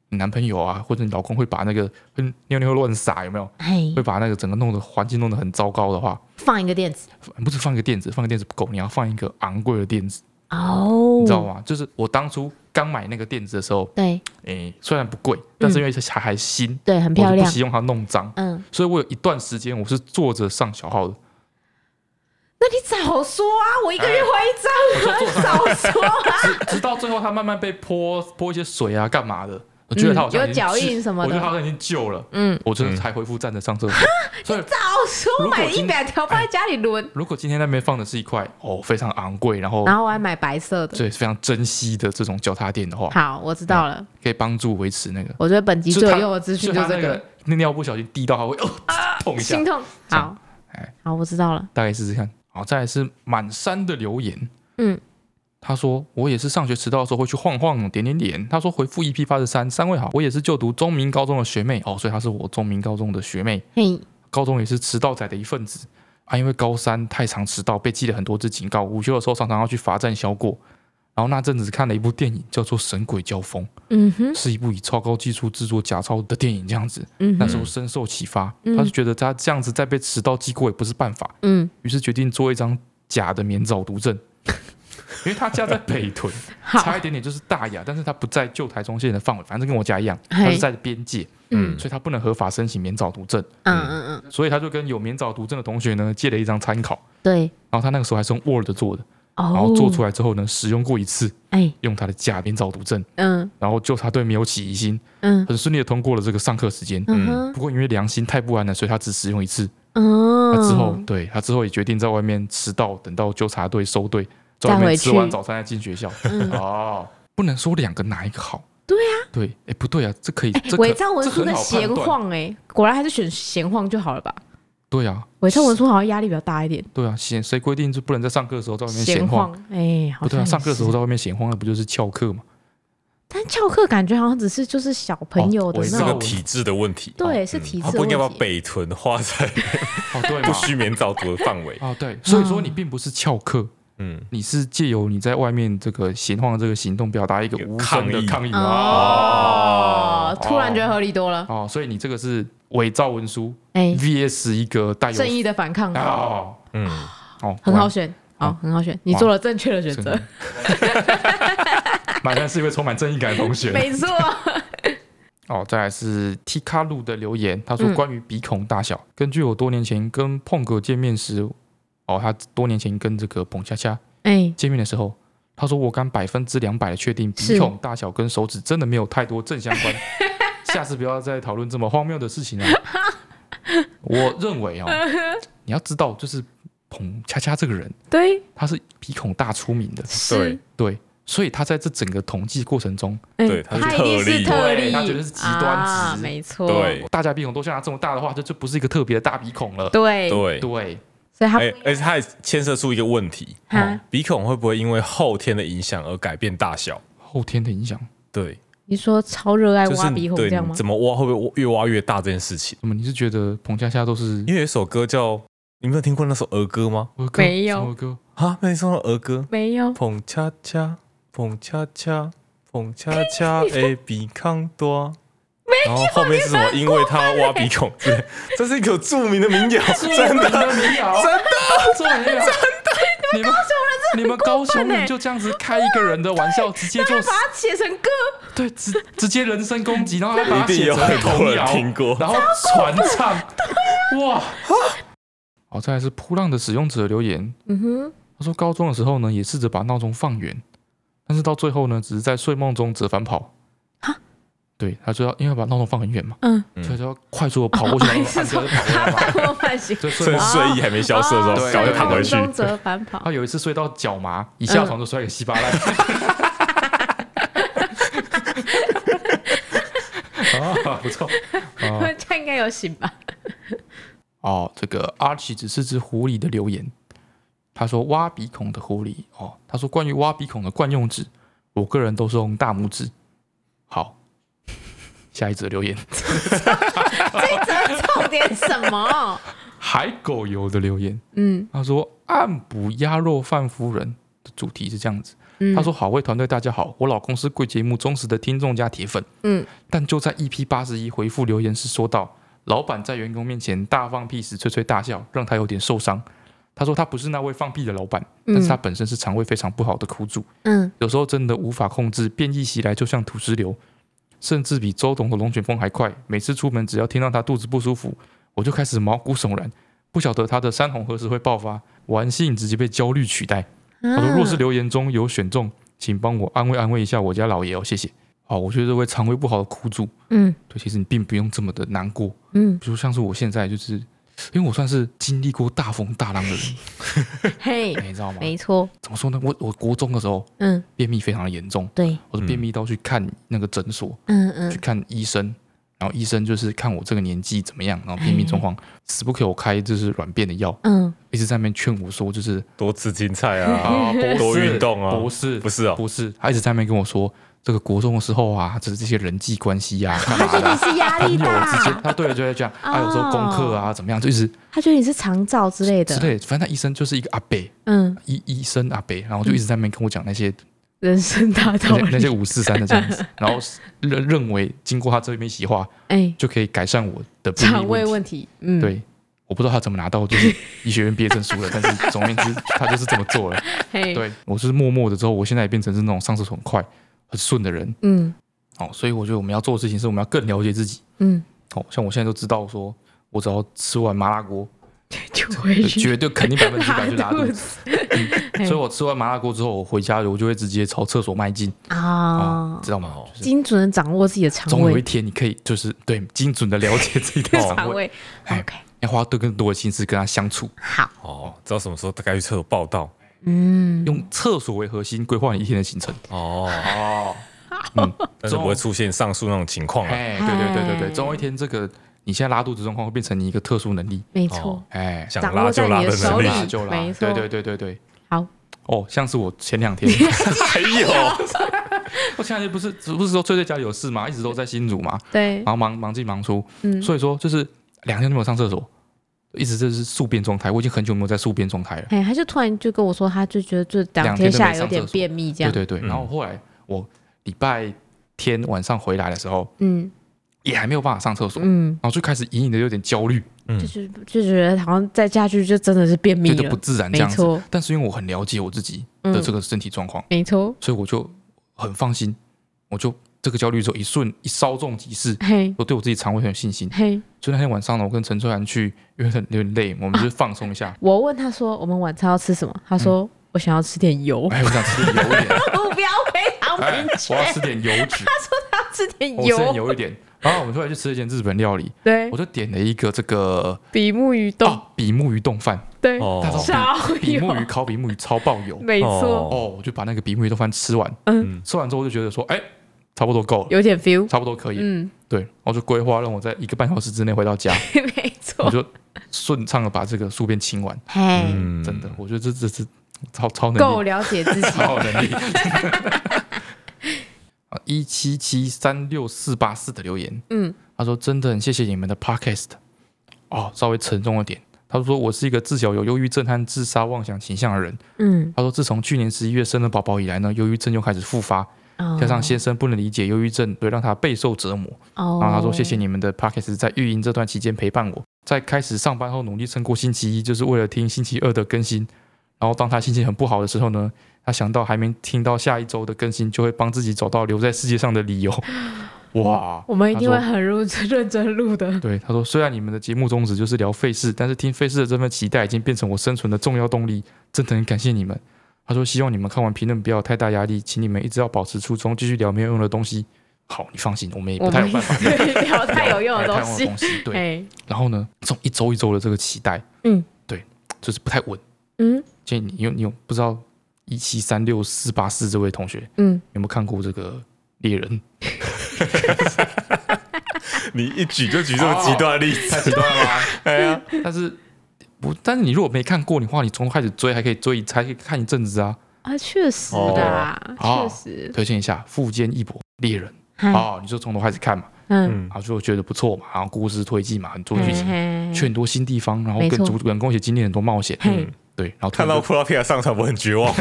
Speaker 2: 你男朋友啊或者你老公会把那个会尿尿乱撒有没有，
Speaker 1: 哎
Speaker 2: 会，把那个整个弄得环境弄得很糟糕的话，
Speaker 1: 放一个垫子
Speaker 2: 不是放一个垫子，放个垫子不够，你要放一个昂贵的垫子，
Speaker 1: 哦，
Speaker 2: 你知道？吗？就是我当初刚买那个垫子的时候，
Speaker 1: 对
Speaker 2: 诶、虽然不贵，但
Speaker 1: 嗯
Speaker 2: 是因为还还新，
Speaker 1: 对，很
Speaker 2: 我
Speaker 1: 漂
Speaker 2: 就不
Speaker 1: 亮。
Speaker 2: 希望它弄脏，
Speaker 1: 嗯，
Speaker 2: 所以我有一段时间我是坐着上小号的，
Speaker 1: 那你早说啊！我一个月换一
Speaker 2: 哎
Speaker 1: 张啊，早说啊！
Speaker 2: 直到最后它慢慢被泼泼一些水啊，干嘛的。我觉得它好像
Speaker 1: 嗯有
Speaker 2: 已经
Speaker 1: 脚印什么的
Speaker 2: 我觉得它好像已经旧了，
Speaker 1: 嗯，
Speaker 2: 我真的才恢复站着上厕所。所以
Speaker 1: [LAUGHS] 早说
Speaker 2: 如果
Speaker 1: 买一
Speaker 2: 今哎
Speaker 1: 百条放在家里轮，
Speaker 2: 如果今天那边放的是一块哦非常昂贵，然后
Speaker 1: 然后我还买白色的。
Speaker 2: 对非常珍惜的这种脚踏垫的话，
Speaker 1: 好，我知道了。
Speaker 2: 可以帮助维持那个
Speaker 1: 我觉得本集最有用的资讯就是
Speaker 2: 他
Speaker 1: 这
Speaker 2: 那
Speaker 1: 个，啊
Speaker 2: 那尿不小心滴到，它会哦、 [LAUGHS] 痛一下
Speaker 1: 心，痛。
Speaker 2: 这
Speaker 1: 好
Speaker 2: 样哎，
Speaker 1: 好，我知道了。
Speaker 2: 大概试试看。好，再来是满山的留言。
Speaker 1: 嗯，
Speaker 2: 他说我也是上学迟到的时候会去晃晃点点点。他说回复 E EP 八十三，三位好，我也是就读中明高中的学妹哦，所以她是我中明高中的学妹，
Speaker 1: 嘿，
Speaker 2: 高中也是迟到仔的一份子啊。因为高三太常迟到，被记了很多次警告，午休的时候常常要去罚站消过。然后那阵子看了一部电影，叫做《神鬼交锋
Speaker 1: 嗯哼》，，
Speaker 2: 是一部以超高技术制作假钞的电影，这样子。
Speaker 1: 嗯
Speaker 2: 那
Speaker 1: 哼，
Speaker 2: 时候深受启发，
Speaker 1: 嗯
Speaker 2: 他就觉得他这样子再被迟到记过也不是办法，
Speaker 1: 嗯，
Speaker 2: 于是决定做一张假的免早读证。 [LAUGHS] 因为他家在北屯，
Speaker 1: [LAUGHS] 好
Speaker 2: 差，一点点就是大雅，但是他不在旧台中县的范围，反正跟我家一样，
Speaker 1: 嘿
Speaker 2: 他是在边界，
Speaker 1: 嗯
Speaker 2: 所以他不能合法申请免早读证，
Speaker 1: 嗯嗯嗯，
Speaker 2: 所以他就跟有免早读证的同学呢借了一张参考，
Speaker 1: 对，
Speaker 2: 然后他那个时候还是用 Word 做的，
Speaker 1: 哦，
Speaker 2: 然后做出来之后呢，使用过一次，
Speaker 1: 哎，
Speaker 2: 用他的假免早读证，
Speaker 1: 嗯
Speaker 2: 然后纠察队没有起疑心，
Speaker 1: 嗯
Speaker 2: 很顺利的通过了这个上课时间。
Speaker 1: 嗯哼
Speaker 2: 不过因为良心太不安了，所以他只使用一次，
Speaker 1: 嗯，
Speaker 2: 他之后，对他之后也决定在外面迟到，等到纠察队收队，在外
Speaker 1: 再回
Speaker 2: 面
Speaker 1: 去
Speaker 2: 吃完早餐再进学校。
Speaker 1: 嗯
Speaker 2: [LAUGHS] 哦，不能说两个哪一个好。
Speaker 1: 对
Speaker 2: 啊，对，哎，不对啊，这可以，这可
Speaker 1: 伪造文书
Speaker 2: 这
Speaker 1: 的
Speaker 2: 很好
Speaker 1: 闲
Speaker 2: 判断
Speaker 1: 晃，哎，果然还是选闲晃就好了吧？
Speaker 2: 对啊，
Speaker 1: 伪造文书好像压力比较大一点，
Speaker 2: 对啊，闲谁规定就不能在上课的时候在外面闲
Speaker 1: 晃？，哎，好
Speaker 2: 不对啊，
Speaker 1: 像
Speaker 2: 上
Speaker 1: 也
Speaker 2: 课的
Speaker 1: 是
Speaker 2: 时候在外面闲晃，那不就是翘课吗？
Speaker 1: 但翘课感觉好像只是就是小朋友的
Speaker 2: 哦我也嗯
Speaker 1: 那
Speaker 2: 知
Speaker 3: 是个
Speaker 1: 种
Speaker 2: 道，
Speaker 3: 体制的问题。
Speaker 1: 对，是体
Speaker 3: 他
Speaker 1: 制
Speaker 3: 不应该把
Speaker 1: 问题。
Speaker 3: 北屯画在
Speaker 2: 哦，对嘛
Speaker 3: 不，需免早读的范围。
Speaker 2: 哦，对， [LAUGHS] 所以说
Speaker 1: 嗯
Speaker 2: 你并不是翘课，
Speaker 3: 嗯，
Speaker 2: 你是借由你在外面这个闲晃的这个行动，表达一个无声的
Speaker 3: 一个抗
Speaker 2: 抗议啊。
Speaker 1: 哦
Speaker 3: 哦，
Speaker 1: 突然觉得合理多了。
Speaker 2: 哦，所以你这个是伪造文书
Speaker 1: 哎，
Speaker 2: VS 一个带
Speaker 1: [LAUGHS]
Speaker 2: 有
Speaker 1: 正义的反抗，
Speaker 2: 哦
Speaker 3: 嗯，
Speaker 2: 哦，
Speaker 1: 很好
Speaker 2: 选
Speaker 1: 选，
Speaker 2: 哇
Speaker 1: 哦，很好选，你做了正确的选 [LAUGHS] 择，。
Speaker 2: 满山是一位充满正义感的同
Speaker 1: [LAUGHS]
Speaker 2: 学。
Speaker 1: 没错。
Speaker 2: 哦，再来是 T 卡路的留言，他说
Speaker 1: 嗯
Speaker 2: 关于鼻孔大小，根据我多年前跟碰哥见面时，哦，他多年前跟这个彭恰恰
Speaker 1: 哎，
Speaker 2: 见面的时候，他说我敢百分之两百的确定
Speaker 1: 是
Speaker 2: 鼻孔大小跟手指真的没有太多正相
Speaker 1: [LAUGHS]
Speaker 2: 关，下次不要再讨论这么荒谬的事情了、啊我认为哦，你要知道，就是彭恰恰这个人，
Speaker 1: 对，
Speaker 2: 他是鼻孔大出名的，
Speaker 1: 是
Speaker 3: 对，
Speaker 2: 对，所以他在这整个统计过程中，
Speaker 1: 哎
Speaker 3: 对他是
Speaker 1: 他一定是特
Speaker 2: 特
Speaker 1: 例，
Speaker 2: 例对他绝对是极端值
Speaker 1: 啊没错，
Speaker 3: 对
Speaker 2: 大家鼻孔都像他这么大的话，这就不是一个特别的大鼻孔了。
Speaker 1: 对，
Speaker 3: 对，
Speaker 2: 对，
Speaker 1: 所以他
Speaker 3: 哎，而且他还牵涉出一个问题，
Speaker 1: 他
Speaker 2: 哦
Speaker 3: 鼻孔会不会因为后天的影响而改变大小？
Speaker 2: 后天的影响，
Speaker 3: 对，
Speaker 1: 你说超热爱
Speaker 3: 就是
Speaker 1: 挖
Speaker 3: 你
Speaker 1: 鼻孔
Speaker 3: 对
Speaker 1: 这样
Speaker 3: 你
Speaker 1: 吗？
Speaker 3: 怎么挖会不会越挖越大这件事情。
Speaker 2: 怎么你是觉得彭恰恰都是
Speaker 3: 因为有一首歌叫你没有听过那首儿歌吗？
Speaker 2: 我歌
Speaker 1: 没有
Speaker 2: 什么歌？
Speaker 3: 啊，没听过儿歌，
Speaker 1: 没有，
Speaker 3: 捧恰恰，捧恰恰，捧恰
Speaker 1: [LAUGHS]
Speaker 3: 恰，A B 康多。然后后面是什么？因为他挖鼻孔之类，这是一个著名的民
Speaker 1: [LAUGHS]
Speaker 3: 谣，真的，
Speaker 2: 民谣，
Speaker 3: 真的。
Speaker 2: 真的，真的，你们你们高雄人就这样子开一个人的玩笑，直接 [LAUGHS] 就
Speaker 1: 把它写成歌，
Speaker 2: 对直直接人身攻击，然后还把它
Speaker 3: 一定
Speaker 2: 写
Speaker 3: 有
Speaker 2: 成
Speaker 3: 很多
Speaker 2: 童
Speaker 3: 人
Speaker 2: 谣，
Speaker 3: 听过
Speaker 2: 然后传 [LAUGHS] 唱，哇！好，再来是扑浪的使用者留言，
Speaker 1: 嗯哼，
Speaker 2: 他说高中的时候呢，也试着把闹钟放远，但是到最后呢，只是在睡梦中折返跑。
Speaker 1: 哈，
Speaker 2: 对，他就要因为把闹钟放很远嘛，
Speaker 1: 嗯，哦
Speaker 3: 嗯
Speaker 2: 所以就要快速地跑过去，然
Speaker 1: 你
Speaker 2: 后
Speaker 1: 是
Speaker 2: 按
Speaker 1: 说
Speaker 2: 着跑
Speaker 1: 他
Speaker 2: 过去。
Speaker 1: 带我反省，
Speaker 2: [LAUGHS] 就睡
Speaker 3: 趁
Speaker 2: 梦
Speaker 1: 啊
Speaker 3: 睡意还没消失的时候，
Speaker 1: 哦
Speaker 2: 对
Speaker 3: 赶快
Speaker 2: 对
Speaker 3: 躺回
Speaker 2: 对
Speaker 3: 去。
Speaker 1: 中折返跑
Speaker 2: 他，有一次睡到脚麻，一下床就摔个稀巴烂。
Speaker 1: 嗯
Speaker 2: 啊，不错。啊
Speaker 1: [LAUGHS] 这样应该有醒吧？
Speaker 2: 哦，这个阿奇只是只狐狸的留言，他说挖鼻孔的狐狸哦，他说关于挖鼻孔的惯用指，我个人都是用大拇指。好，下一则留言，
Speaker 1: 哎这重点什么？
Speaker 2: 海狗油的留言，
Speaker 1: [LAUGHS] 嗯
Speaker 2: 他说暗补鸭肉饭夫人的主题是这样子，
Speaker 1: 嗯，
Speaker 2: 他说好味团队大家好，我老公是贵节目忠实的听众加铁粉，
Speaker 1: 嗯，
Speaker 2: 但就在 EP 八十一回复留言时说到，老板在员工面前大放屁时催催大笑，让他有点受伤。他说他不是那位放屁的老板，但是他本身是肠胃非常不好的苦主，
Speaker 1: 嗯
Speaker 2: 有时候真的无法控制，变异袭来就像土石流，甚至比周董的龙卷风还快。每次出门只要听到他肚子不舒服，我就开始毛骨悚然，不晓得他的山洪何时会爆发。玩性直接被焦虑取代。他
Speaker 1: 啊嗯
Speaker 2: 说：“若是留言中有选中，请帮我安慰安慰一下我家老爷哦，谢谢。”好，我觉得这位肠胃不好的苦主，
Speaker 1: 嗯
Speaker 2: 对，其实你并不用这么的难过。
Speaker 1: 嗯，
Speaker 2: 比如像是我现在就是，因为我算是经历过大风大浪的人，
Speaker 1: 嘿，
Speaker 2: 你知道吗？
Speaker 1: 没错，
Speaker 2: 怎么说呢？我我国中的时候
Speaker 1: 嗯，
Speaker 2: 便秘非常的严重，
Speaker 1: 对，
Speaker 2: 我是便
Speaker 3: 嗯
Speaker 2: 秘到去看那个诊所，
Speaker 1: 嗯
Speaker 2: 去
Speaker 1: 嗯
Speaker 2: 看医生，然后医生就是看我这个年纪怎么样，然后便秘状况，死不给我开就是软便的药，
Speaker 1: 嗯，
Speaker 2: 一直在那边劝我说就是
Speaker 3: 多吃青菜啊，
Speaker 1: [LAUGHS]
Speaker 2: 啊，
Speaker 3: 多运动啊
Speaker 2: 不是
Speaker 3: 不是哦，
Speaker 2: 不是，他一直在那边跟我说这个国中的时候啊，就是这些人际关系
Speaker 3: [LAUGHS]
Speaker 2: 呀、啊，干
Speaker 1: 他
Speaker 2: 嘛
Speaker 1: 觉得
Speaker 2: 的啊
Speaker 1: 你是哦压
Speaker 2: 朋
Speaker 1: 力
Speaker 2: 友之间
Speaker 1: 大，，
Speaker 2: [LAUGHS] 他对就会这样，啊，有时候功课啊怎么样，就一直
Speaker 1: 他觉得你是长照之类
Speaker 2: 之
Speaker 1: 的，
Speaker 2: 类的，反正那医生就是一个阿伯，
Speaker 1: 嗯，
Speaker 2: 医医生阿伯，然后就一直在那边跟我讲
Speaker 1: [LAUGHS]
Speaker 2: 那些
Speaker 1: 人生大
Speaker 2: 那
Speaker 1: 道
Speaker 2: 些那
Speaker 1: 理
Speaker 2: 些，五四三的这样子，然后认认为经过他这边洗化
Speaker 1: 哎，
Speaker 2: 就可以改善我的便秘
Speaker 1: 肠胃
Speaker 2: 问题。
Speaker 1: 问题，嗯，，
Speaker 2: 对，我不知道他怎么拿到就是
Speaker 1: [LAUGHS]
Speaker 2: 医学院毕业证书的，但是总而言之，他就是这么做
Speaker 1: [LAUGHS]
Speaker 2: 了。
Speaker 1: 嘿，
Speaker 2: 对我是默默的之后，我现在也变成是那种上厕所很快、很顺的人
Speaker 1: 嗯
Speaker 2: 哦，所以我觉得我们要做的事情是我们要更了解自己。
Speaker 1: 嗯，
Speaker 2: 哦，像我现在都知道说，我只要吃完麻
Speaker 1: [LAUGHS]
Speaker 2: 辣锅，
Speaker 1: 就回 [LAUGHS]
Speaker 2: 对
Speaker 1: 去
Speaker 2: 绝对肯定百分之百去拉肚
Speaker 1: 肚 [LAUGHS]
Speaker 2: 子。嗯
Speaker 1: 子
Speaker 2: 所以我吃完麻辣锅之后，我回家我就会直接朝厕所迈进啊，
Speaker 1: 啊，
Speaker 2: 知道吗？就是
Speaker 1: 精准的掌握自己的肠
Speaker 2: 总有一
Speaker 1: 胃，
Speaker 2: 天你可以就是对精准的了解自己 [LAUGHS] 的肠
Speaker 1: 肠
Speaker 2: 胃，
Speaker 1: 胃
Speaker 2: 哎
Speaker 1: ，OK，
Speaker 2: 要花更更多的心思跟他相处，
Speaker 1: 好，
Speaker 3: 哦，知道什么时候该去厕所报道
Speaker 1: 嗯，
Speaker 2: 用厕所为核心规划你一天的行程。
Speaker 3: 哦，
Speaker 2: 哦，嗯，
Speaker 3: 但是不会出现上述那种情况啊。
Speaker 2: 哎，对对对对对，
Speaker 1: 哎
Speaker 2: 总有一天这个你现在拉肚子状况会变成你一个特殊能力，
Speaker 1: 没
Speaker 3: 哦
Speaker 1: 错，
Speaker 2: 哎，
Speaker 3: 想
Speaker 1: 掌
Speaker 3: 拉
Speaker 1: 握
Speaker 3: 就
Speaker 1: 在
Speaker 3: 拉
Speaker 1: 你
Speaker 3: 的
Speaker 1: 的
Speaker 3: 能
Speaker 1: 手
Speaker 3: 力
Speaker 1: 里，
Speaker 2: 拉就拉，
Speaker 1: 没
Speaker 2: 对
Speaker 1: 错
Speaker 2: 对对对对。
Speaker 1: 好，
Speaker 2: 哦，像是我前两天，哎
Speaker 3: 还有，
Speaker 2: 我前两天不是不是说翠翠家里有事吗？一直都在新竹嘛，
Speaker 1: 对
Speaker 2: 然，后忙忙进忙出，
Speaker 1: 嗯，
Speaker 2: 所以说就是两天都没有上厕所，一直这是宿便状态。我已经很久没有在宿便状态了。
Speaker 1: 哎，他就突然就跟我说，他就觉得这两天下来有点便秘这
Speaker 2: 对
Speaker 1: 样。
Speaker 2: 对对，
Speaker 3: 嗯
Speaker 2: 然后后来我礼拜天晚上回来的时候，
Speaker 1: 嗯
Speaker 2: 也还没有办法上厕所，然
Speaker 1: 嗯，
Speaker 2: 后就开始隐隐的有点焦虑，
Speaker 3: 嗯
Speaker 1: 就是就觉得好像再下去就真的是便秘
Speaker 2: 觉得不
Speaker 1: 了，
Speaker 2: 自然
Speaker 1: 没
Speaker 2: 这样子。
Speaker 1: 错，嗯
Speaker 2: 但是因为我很了解我自己的这个身体状况，
Speaker 1: 没错，
Speaker 2: 所以我就很放心，我就这个焦虑之后一瞬一稍纵即逝，
Speaker 1: 嘿
Speaker 2: 我对我自己肠胃很有信心。
Speaker 1: 嘿，
Speaker 2: 所以那天晚上呢，我跟陈翠涵去，因为很有点累，我们就放松
Speaker 1: [LAUGHS]
Speaker 2: 一下。
Speaker 1: 我问他说我们晚餐要吃什么，
Speaker 2: 嗯
Speaker 1: 他说我想要吃点
Speaker 2: [LAUGHS]
Speaker 1: 油， [LAUGHS]
Speaker 2: 哎，我想吃点油一点，
Speaker 1: 我不要回答
Speaker 2: 哎
Speaker 1: 明，确
Speaker 2: 我，要吃点油
Speaker 1: [LAUGHS]
Speaker 2: 脂，
Speaker 1: 要吃点
Speaker 2: [LAUGHS] 我吃点
Speaker 1: 油，
Speaker 2: 油一点。然后我们后来去吃了一间日本料理，
Speaker 1: 对
Speaker 2: 我，就点了一个这个
Speaker 1: 比目鱼冻，
Speaker 2: 哦比目鱼冻饭，
Speaker 1: 对，
Speaker 2: 大
Speaker 3: 哦，
Speaker 1: 烧
Speaker 2: 比目鱼
Speaker 1: 油，
Speaker 2: 烤比目鱼超爆油。
Speaker 1: 没错，
Speaker 2: 哦，我就把那个比目鱼冻饭吃完，
Speaker 1: 嗯
Speaker 2: 吃完之后我就觉得说，哎，差不多够了，
Speaker 1: 有点 feel，
Speaker 2: 差不多可以。
Speaker 1: 嗯， [LAUGHS]
Speaker 2: 对，然后就规划让我在一个半小时之内回到家。
Speaker 1: 没错，
Speaker 2: 我就顺畅的把这个宿便清完。
Speaker 1: 嘿，
Speaker 3: 嗯
Speaker 2: 真的，我觉得这这是超超能
Speaker 1: 够
Speaker 2: [LAUGHS] 力，
Speaker 1: 了解自己，
Speaker 2: 超有能力。啊一七七三六四八四的留言，
Speaker 1: 嗯，
Speaker 2: 他说：“真的很谢谢你们的 podcast，哦，稍微沉重了点。”他说：“我是一个自小有忧郁症和自杀妄想倾向的人。
Speaker 1: 嗯”，
Speaker 2: 他说：“自从去年十一月生了宝宝以来呢，忧郁症又开始复发，
Speaker 1: 哦
Speaker 2: 加上先生不能理解忧郁症，所以让他备受折磨。
Speaker 1: 哦，
Speaker 2: 然后他说：“谢谢你们的 podcast 在育婴这段期间陪伴我，在开始上班后努力撑过星期一，就是为了听星期二的更新。然后当他心情很不好的时候呢，他想到还没听到下一周的更新，就会帮自己找到留在世界上的
Speaker 1: [LAUGHS]
Speaker 2: 理由。哇！
Speaker 1: 我们一
Speaker 2: 他
Speaker 1: 定
Speaker 2: 说
Speaker 1: 会很认真认真录的。
Speaker 2: 对，他说虽然你们的节目宗旨就是聊费事，但是听费事的这份期待已经变成我生存的重要动力，真的很感谢你们。他说希望你们看完评论不要有太大压力，请你们一直要保持初衷，继续聊没有用的东西。好，你放心，我们也
Speaker 1: 我
Speaker 2: 不太
Speaker 1: 们
Speaker 2: 有办法
Speaker 1: 聊太有用的
Speaker 2: 聊
Speaker 1: 东
Speaker 2: 太有用的
Speaker 1: 西，
Speaker 2: 东西。
Speaker 1: [LAUGHS]
Speaker 2: 对，
Speaker 1: 哎，
Speaker 2: 然后呢，这种一周一周的这个期待，
Speaker 1: 嗯，
Speaker 2: 对，就是不太稳。
Speaker 1: 嗯
Speaker 2: 建议你，因为你有不知道一七三六四八四这位同学
Speaker 1: 嗯，
Speaker 2: 有没有看过这个猎人？
Speaker 3: 你一举就举这么极端的例子，
Speaker 2: 哦极端了吧？
Speaker 3: 哎呀，
Speaker 2: 但是不，但是你如果没看过的话，你从头开始追还可以追，还可以看一阵子啊。
Speaker 1: 啊，确实啦，
Speaker 2: 哦
Speaker 1: 确实，
Speaker 2: 推荐一下富坚义博猎人
Speaker 1: 嗨
Speaker 2: 哦，你就从头开始看嘛，
Speaker 1: 嗯，
Speaker 3: 嗯
Speaker 2: 然，后就觉得不错嘛，然后故事推进嘛，很多剧情，
Speaker 1: 嘿
Speaker 2: 去很多新地方，然后
Speaker 1: 没
Speaker 2: 跟
Speaker 1: 错
Speaker 2: 主人公一起经历很多冒险，嗯
Speaker 1: 嘿
Speaker 2: 对，然后突
Speaker 3: 看
Speaker 2: 然就
Speaker 3: 到普拉皮亚上场，我很绝望。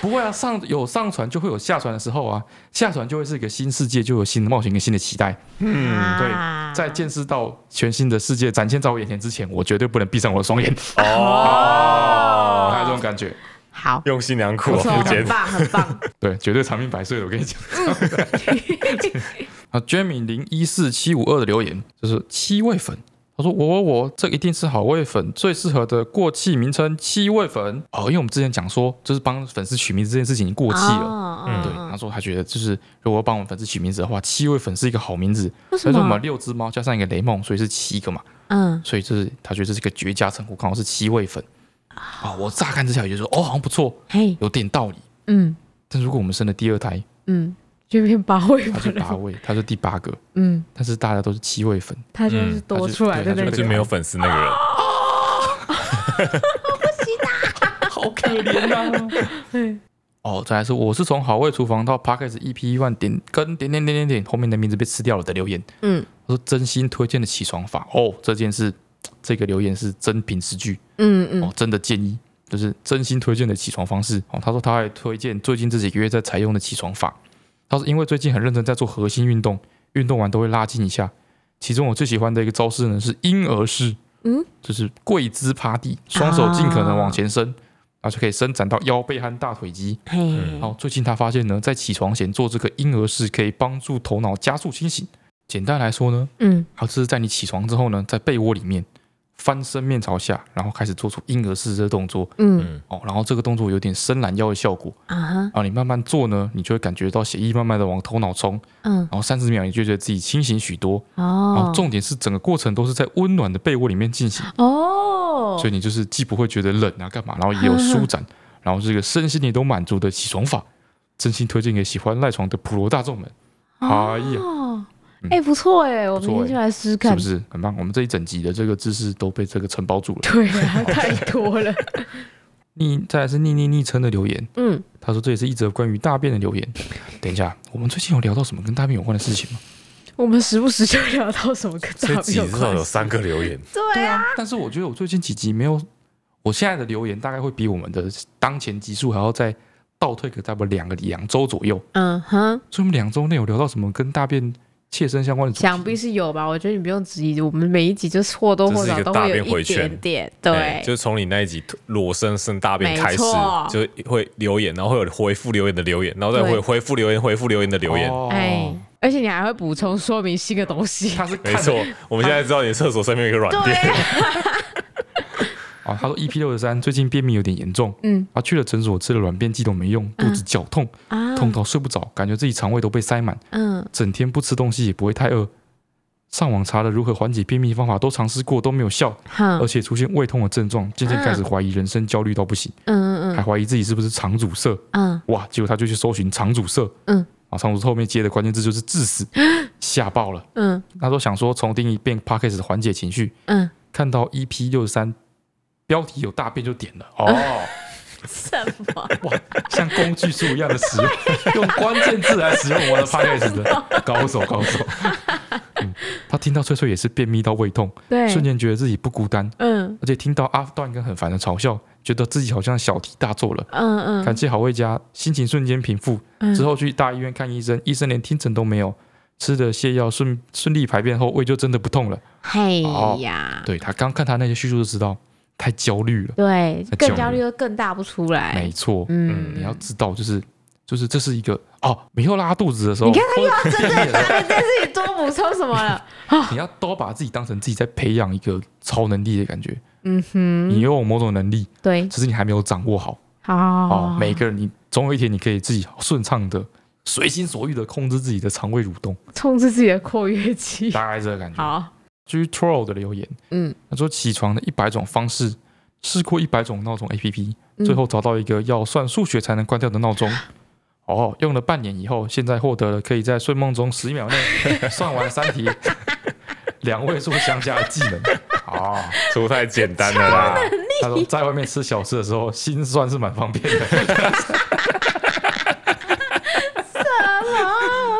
Speaker 2: 不会啊，上有上船就会有下船的时候啊，下船就会是一个新世界，就有新的冒险跟新的期待。
Speaker 3: 嗯，
Speaker 1: 啊
Speaker 2: 在见识到全新的世界展现在我眼前之前，我绝对不能闭上我的双眼，
Speaker 3: 哦，
Speaker 2: 大概这种感觉。
Speaker 1: 好，
Speaker 3: 用心良苦
Speaker 1: 不
Speaker 3: 啊，
Speaker 1: 错，
Speaker 3: 福
Speaker 1: 很
Speaker 3: 建。
Speaker 1: 棒，很
Speaker 2: [LAUGHS]
Speaker 1: 棒，
Speaker 2: 对，绝对长命百岁的，我跟你讲。 [LAUGHS] 啊，Jamie 零一四七五二的留言就是七味粉，他说我我我，这一定是好味粉最适合的过气名称七味粉哦，因为我们之前讲说就是帮粉丝取名字这件事情已经过气了。
Speaker 1: 哦
Speaker 3: 嗯
Speaker 2: 对，他
Speaker 1: 嗯
Speaker 2: 说他觉得就是如果要帮我们粉丝取名字的话，七味粉是一个好名字，
Speaker 1: 为什
Speaker 2: 所以说我们
Speaker 1: 么？
Speaker 2: 六只猫加上一个雷梦，所以是七个嘛，
Speaker 1: 嗯，
Speaker 2: 所以这是他觉得这是一个绝佳称呼，刚好是七味粉啊、我乍看之下也觉得说哦，好像不错，
Speaker 1: 嘿，
Speaker 2: 有点道理。
Speaker 1: 嗯
Speaker 2: 但如果我们生了第二胎，
Speaker 1: 嗯，这边八位
Speaker 2: 他
Speaker 1: 吧
Speaker 2: 是，八位，他是第八个，
Speaker 1: 嗯，
Speaker 2: 但是大家都是七味粉，
Speaker 1: 他就是
Speaker 3: 嗯
Speaker 1: 多
Speaker 2: 他就
Speaker 1: 出来
Speaker 2: 对
Speaker 1: 的
Speaker 2: 他就
Speaker 1: 那
Speaker 3: 那就
Speaker 1: 个，
Speaker 3: 没有粉丝
Speaker 2: [LAUGHS]
Speaker 3: 那个人，
Speaker 2: 好可怜啊！
Speaker 1: [LAUGHS] 嗯
Speaker 2: 哦，再来是我是从好味厨房到 E Parkes EP One 点跟点点点点点后面的名字被吃掉了的留言，
Speaker 1: 嗯
Speaker 2: 他说真心推荐的起床法哦，这件事这个留言是真凭实据，
Speaker 1: 嗯嗯
Speaker 2: 哦，真的建议，就是真心推荐的起床方式哦。他说他还推荐最近这几个月在采用的起床法。他说因为最近很认真在做核心运动，运动完都会拉筋一下。其中我最喜欢的一个招式呢是婴儿式，
Speaker 1: 嗯，
Speaker 2: 就是跪姿趴地，双手尽可能往前伸，然后就可以伸展到腰背和大腿肌。
Speaker 1: 嘿
Speaker 2: 然，后最近他发现呢，在起床前做这个婴儿式可以帮助头脑加速清醒。简单来说呢，
Speaker 1: 嗯
Speaker 2: 好，这是在你起床之后呢，在被窝里面翻身面朝下，然后开始做出婴儿式这个动作
Speaker 1: 嗯
Speaker 3: 嗯，
Speaker 2: 哦。然后这个动作有点伸懒腰的效果
Speaker 1: 啊哈，
Speaker 2: 啊。你慢慢做呢，你就会感觉到血液慢慢的往头脑冲，
Speaker 1: 嗯
Speaker 2: 然后三十秒你就觉得自己清醒许多。然后
Speaker 1: 哦
Speaker 2: 重点是整个过程都是在温暖的被窝里面进行，
Speaker 1: 哦，
Speaker 2: 所以你就是既不会觉得冷啊干嘛，然后也有舒展，然后这个身心灵都满足的起床法，真心推荐给喜欢赖床的普罗大众们，哎呀
Speaker 1: 呀
Speaker 2: 嗯，
Speaker 1: 哦哎，不错哎，我
Speaker 2: 不
Speaker 1: 明
Speaker 2: 错
Speaker 1: 天
Speaker 2: 哎
Speaker 1: 就来试试
Speaker 2: 是
Speaker 1: 看
Speaker 2: 不。是很棒？我们这一整集的这个知识都被这个承包住了。
Speaker 1: 对啊，太多
Speaker 3: [LAUGHS]
Speaker 1: 了。
Speaker 2: 逆再来是逆逆昵称的留言，
Speaker 1: 嗯，
Speaker 2: 他说这也是一则关于大便的留言。 [LAUGHS] 等一下，我们最近有聊到什么跟大便有关的事情吗？
Speaker 1: 我们时不时就聊到什么跟
Speaker 3: 所以
Speaker 1: 大
Speaker 3: 几
Speaker 1: 便有
Speaker 3: 至少
Speaker 1: 关
Speaker 3: 有三个留言，
Speaker 1: 对啊，
Speaker 2: 但是我觉得我最近几集没有，我现在的留言大概会比我们的当前集数还要再倒退个大概两个两周左右，
Speaker 1: 嗯哼，
Speaker 2: 所以我们两周内有聊到什么跟大便切身相关的主题。
Speaker 1: 想必是有吧？我觉得你不用质疑，我们每一集就是或多或
Speaker 3: 这是
Speaker 1: 少
Speaker 3: 一个
Speaker 1: 都会有
Speaker 3: 大便
Speaker 1: 一
Speaker 3: 回圈
Speaker 1: 点点，
Speaker 3: 哎
Speaker 1: 对，
Speaker 3: 就是从你那一集裸身生大便
Speaker 1: 没
Speaker 3: 开始
Speaker 1: 错，
Speaker 3: 就会留言，然后会有回复留言的留言，然后再
Speaker 1: 对
Speaker 3: 回回复留言回复留言的留言。
Speaker 2: 哦
Speaker 1: 哎，而且你还会补充说明新的东
Speaker 3: [LAUGHS]
Speaker 1: 西，
Speaker 2: 他是看
Speaker 3: 没错，我们现在知道你的厕所上面有一个软
Speaker 1: 对
Speaker 3: 垫，
Speaker 1: 啊，
Speaker 2: 啊，他说 EP 六十三最近便秘有点严重，
Speaker 1: 嗯
Speaker 2: 啊去了诊所吃了软便剂都没用，肚子绞痛，
Speaker 1: 啊，
Speaker 2: 痛到睡不着，感觉自己肠胃都被塞满。
Speaker 1: 嗯，
Speaker 2: 整天不吃东西也不会太饿。上网查了如何缓解便秘方法，都尝试过都没有效，
Speaker 1: 好，
Speaker 2: 而且出现胃痛的症状，渐渐开始怀疑人生，焦虑到不行，
Speaker 1: 嗯嗯
Speaker 2: 还怀疑自己是不是肠阻塞。
Speaker 1: 嗯
Speaker 2: 哇！结果他就去搜寻肠阻塞，
Speaker 1: 嗯，
Speaker 2: 啊，肠阻塞后面接的关键字就是致
Speaker 1: [GASPS]
Speaker 2: 死，吓爆了。
Speaker 1: 嗯
Speaker 2: 他说想说重听一遍 p o d c a s t 缓解情绪，E
Speaker 1: 嗯
Speaker 2: 看到 EP 六十三标题有大便就点了，哦，
Speaker 1: 什么？
Speaker 2: 哇，像工具书一样的使用， [LAUGHS] 用关键字来使用我的 p a c k a g e 的高手，高手。嗯，他听到翠翠也是便秘到胃痛，
Speaker 1: 对，
Speaker 2: 瞬间觉得自己不孤单，
Speaker 1: 嗯
Speaker 2: 而且听到阿段一个很烦的嘲笑，觉得自己好像小题大做了。
Speaker 1: 嗯嗯，
Speaker 2: 感谢好味家，心情瞬间平复。
Speaker 1: 嗯
Speaker 2: 之后去大医院看医生，医生连听诊都没有，吃的泻药顺顺利排便后，胃就真的不痛了。
Speaker 1: 嘿
Speaker 2: 哦
Speaker 1: 呀，
Speaker 2: 对他刚看他那些叙述就知道，太焦虑了。
Speaker 1: 对
Speaker 2: 那，
Speaker 1: 更
Speaker 2: 就
Speaker 1: 焦虑又更大不出来
Speaker 2: 没。错，
Speaker 1: 嗯，
Speaker 2: 你要知道，就是就是这是一个哦，你又拉肚子的时候，
Speaker 1: 你看他
Speaker 2: 或
Speaker 1: 又
Speaker 2: 者
Speaker 1: 要针对他的这件事情多补充什么了？
Speaker 2: [LAUGHS] 你要都把自己当成自己在培养一个超能力的感觉。
Speaker 1: 嗯哼，
Speaker 2: 你拥有某种能力，
Speaker 1: 对，
Speaker 2: 只是你还没有掌握好。哦
Speaker 1: 好，，
Speaker 2: 每个人你总有一天你可以自己顺畅的、随心所欲的控制自己的肠胃蠕
Speaker 1: [LAUGHS]
Speaker 2: 动，
Speaker 1: 控制自己的括约肌。
Speaker 2: 大概这个感觉。
Speaker 1: 好，
Speaker 2: 至于 Troll 的留言，
Speaker 1: 嗯，
Speaker 2: 他说起床的一百种方式，试过一百种闹钟 APP，
Speaker 1: 嗯
Speaker 2: 最后找到一个要算数学才能关掉的
Speaker 1: [LAUGHS]
Speaker 2: 闹钟。哦，用了半年以后，现在获得了可以在睡梦中十秒
Speaker 1: [LAUGHS]
Speaker 2: 内算完三题，两位数相加的技
Speaker 1: [LAUGHS]
Speaker 2: 能。哦，
Speaker 3: 出太简单了
Speaker 2: 啊 [LAUGHS]
Speaker 3: 啦，
Speaker 2: 他说在外面吃小吃的时候，心算是蛮方便
Speaker 1: [LAUGHS]
Speaker 2: 的。
Speaker 1: 啊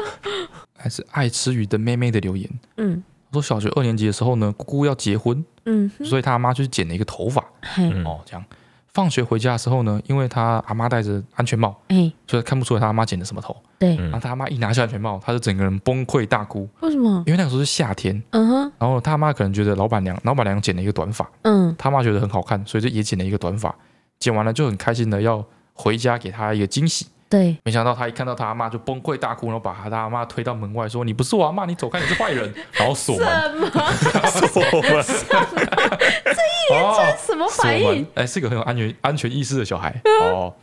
Speaker 2: 还是爱吃鱼的妹妹的留言，
Speaker 1: 嗯
Speaker 2: 说小学二年级的时候呢，姑姑要结婚，
Speaker 1: 嗯，
Speaker 2: 所以她妈去剪了一个头发。
Speaker 1: 嘿，
Speaker 3: 嗯
Speaker 2: 哦，这样。放学回家的时候呢，因为她阿妈戴着安全帽，
Speaker 1: 哎，
Speaker 2: 所以看不出来她阿妈剪的什么头。
Speaker 1: 对，
Speaker 3: 嗯
Speaker 2: 然后她阿妈一拿下安全帽，她就整个人崩溃大哭，
Speaker 1: 为什么？
Speaker 2: 因为那个时候是夏天。
Speaker 1: 嗯哼，
Speaker 2: 然后她阿妈可能觉得老板娘，老板娘剪了一个短发，
Speaker 1: 嗯
Speaker 2: 她妈觉得很好看，所以就也剪了一个短发。剪完了就很开心的要回家给她一个惊喜，
Speaker 1: 对，
Speaker 2: 没想到她一看到她阿妈就崩溃大哭，然后把她阿妈推到门外说：“你不是我阿妈，你走开，你是坏人。”然后锁门，
Speaker 1: 么
Speaker 3: [LAUGHS] 我们
Speaker 2: 哦，
Speaker 1: 什么
Speaker 2: 锁门？，哎，是个很有安全安全意识的小孩哦。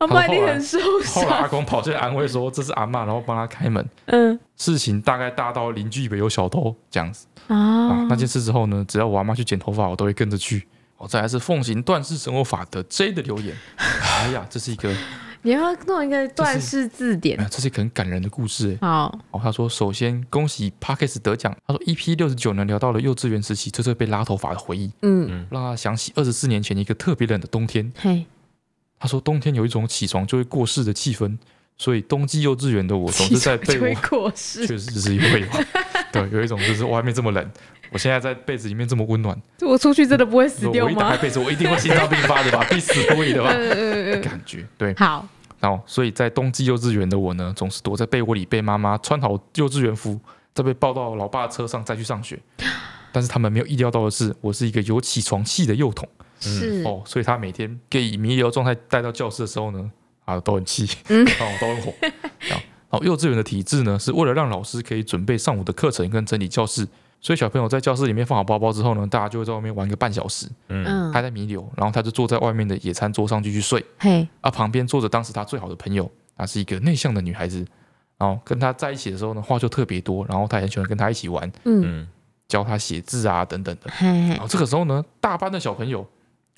Speaker 1: 我
Speaker 2: 他说后来
Speaker 1: 受
Speaker 2: 后来阿。公跑去安慰说这是阿嬷，然后帮他开门。
Speaker 1: 嗯
Speaker 2: 事情大概大到邻居以为有小偷这样子啊
Speaker 1: 啊。
Speaker 2: 那件事之后呢，只要我阿妈去剪头发，我都会跟着去。哦，再来是奉行断式生活法的 J 的留
Speaker 1: [LAUGHS]
Speaker 2: 言。哎呀，这是一个，
Speaker 1: 你要弄一个段式字典
Speaker 2: 哎。这是一个很感人的故事。哎
Speaker 1: 好，
Speaker 2: 哦，他说，首先恭喜 Parkes 得奖。他说，EP 六十九呢聊到了幼稚园时期翠翠被拉头发的回忆，
Speaker 1: 嗯，
Speaker 2: 让他想起二十四年前一个特别冷的冬天。
Speaker 1: 嘿，
Speaker 2: 他说，冬天有一种起床就会过世的气氛，所以冬季幼稚园的我总是在
Speaker 1: [LAUGHS]
Speaker 2: 被
Speaker 1: 就会
Speaker 2: 我
Speaker 1: 过世。
Speaker 2: 确实是会有， [LAUGHS] 对，有一种就是外面这么冷，我现在在被子里面这么温暖，
Speaker 1: 我出去真的不会死
Speaker 2: 如果
Speaker 1: 掉
Speaker 2: 我一打
Speaker 1: 吗
Speaker 2: 开？被子，我一定会心脏病发的
Speaker 1: [LAUGHS]
Speaker 2: 吧，必死无疑的吧，
Speaker 1: 嗯嗯嗯，
Speaker 2: 感觉对。
Speaker 1: 好，
Speaker 2: 然后，所以在冬季幼稚园的我呢，总是躲在被窝里被妈妈穿好幼稚园服，再被抱到老爸的车上再去上
Speaker 1: [LAUGHS]
Speaker 2: 学。但是他们没有意料到的是，我是一个有起床气的幼童
Speaker 1: 是，
Speaker 2: 哦，所以他每天给以弥留状态带到教室的时候呢，啊，都很气，
Speaker 1: 嗯
Speaker 2: [LAUGHS] 哦，都很火。然后，幼稚园的体制呢，是为了让老师可以准备上午的课程跟整理教室，所以小朋友在教室里面放好包包之后呢，大家就会在外面玩个半小时，
Speaker 3: 嗯
Speaker 1: 嗯
Speaker 2: 他，在弥留，然后他就坐在外面的野餐桌上继续睡，
Speaker 1: 嘿，
Speaker 2: 啊，旁边坐着当时他最好的朋友，她是一个内向的女孩子，然后跟他在一起的时候呢，话就特别多，然后他也很喜欢跟他一起玩，
Speaker 1: 嗯，
Speaker 3: 嗯，
Speaker 2: 教他写字啊等等的。
Speaker 1: 嘿
Speaker 2: 然
Speaker 1: 嘿，
Speaker 2: 后这个时候呢，大班的小朋友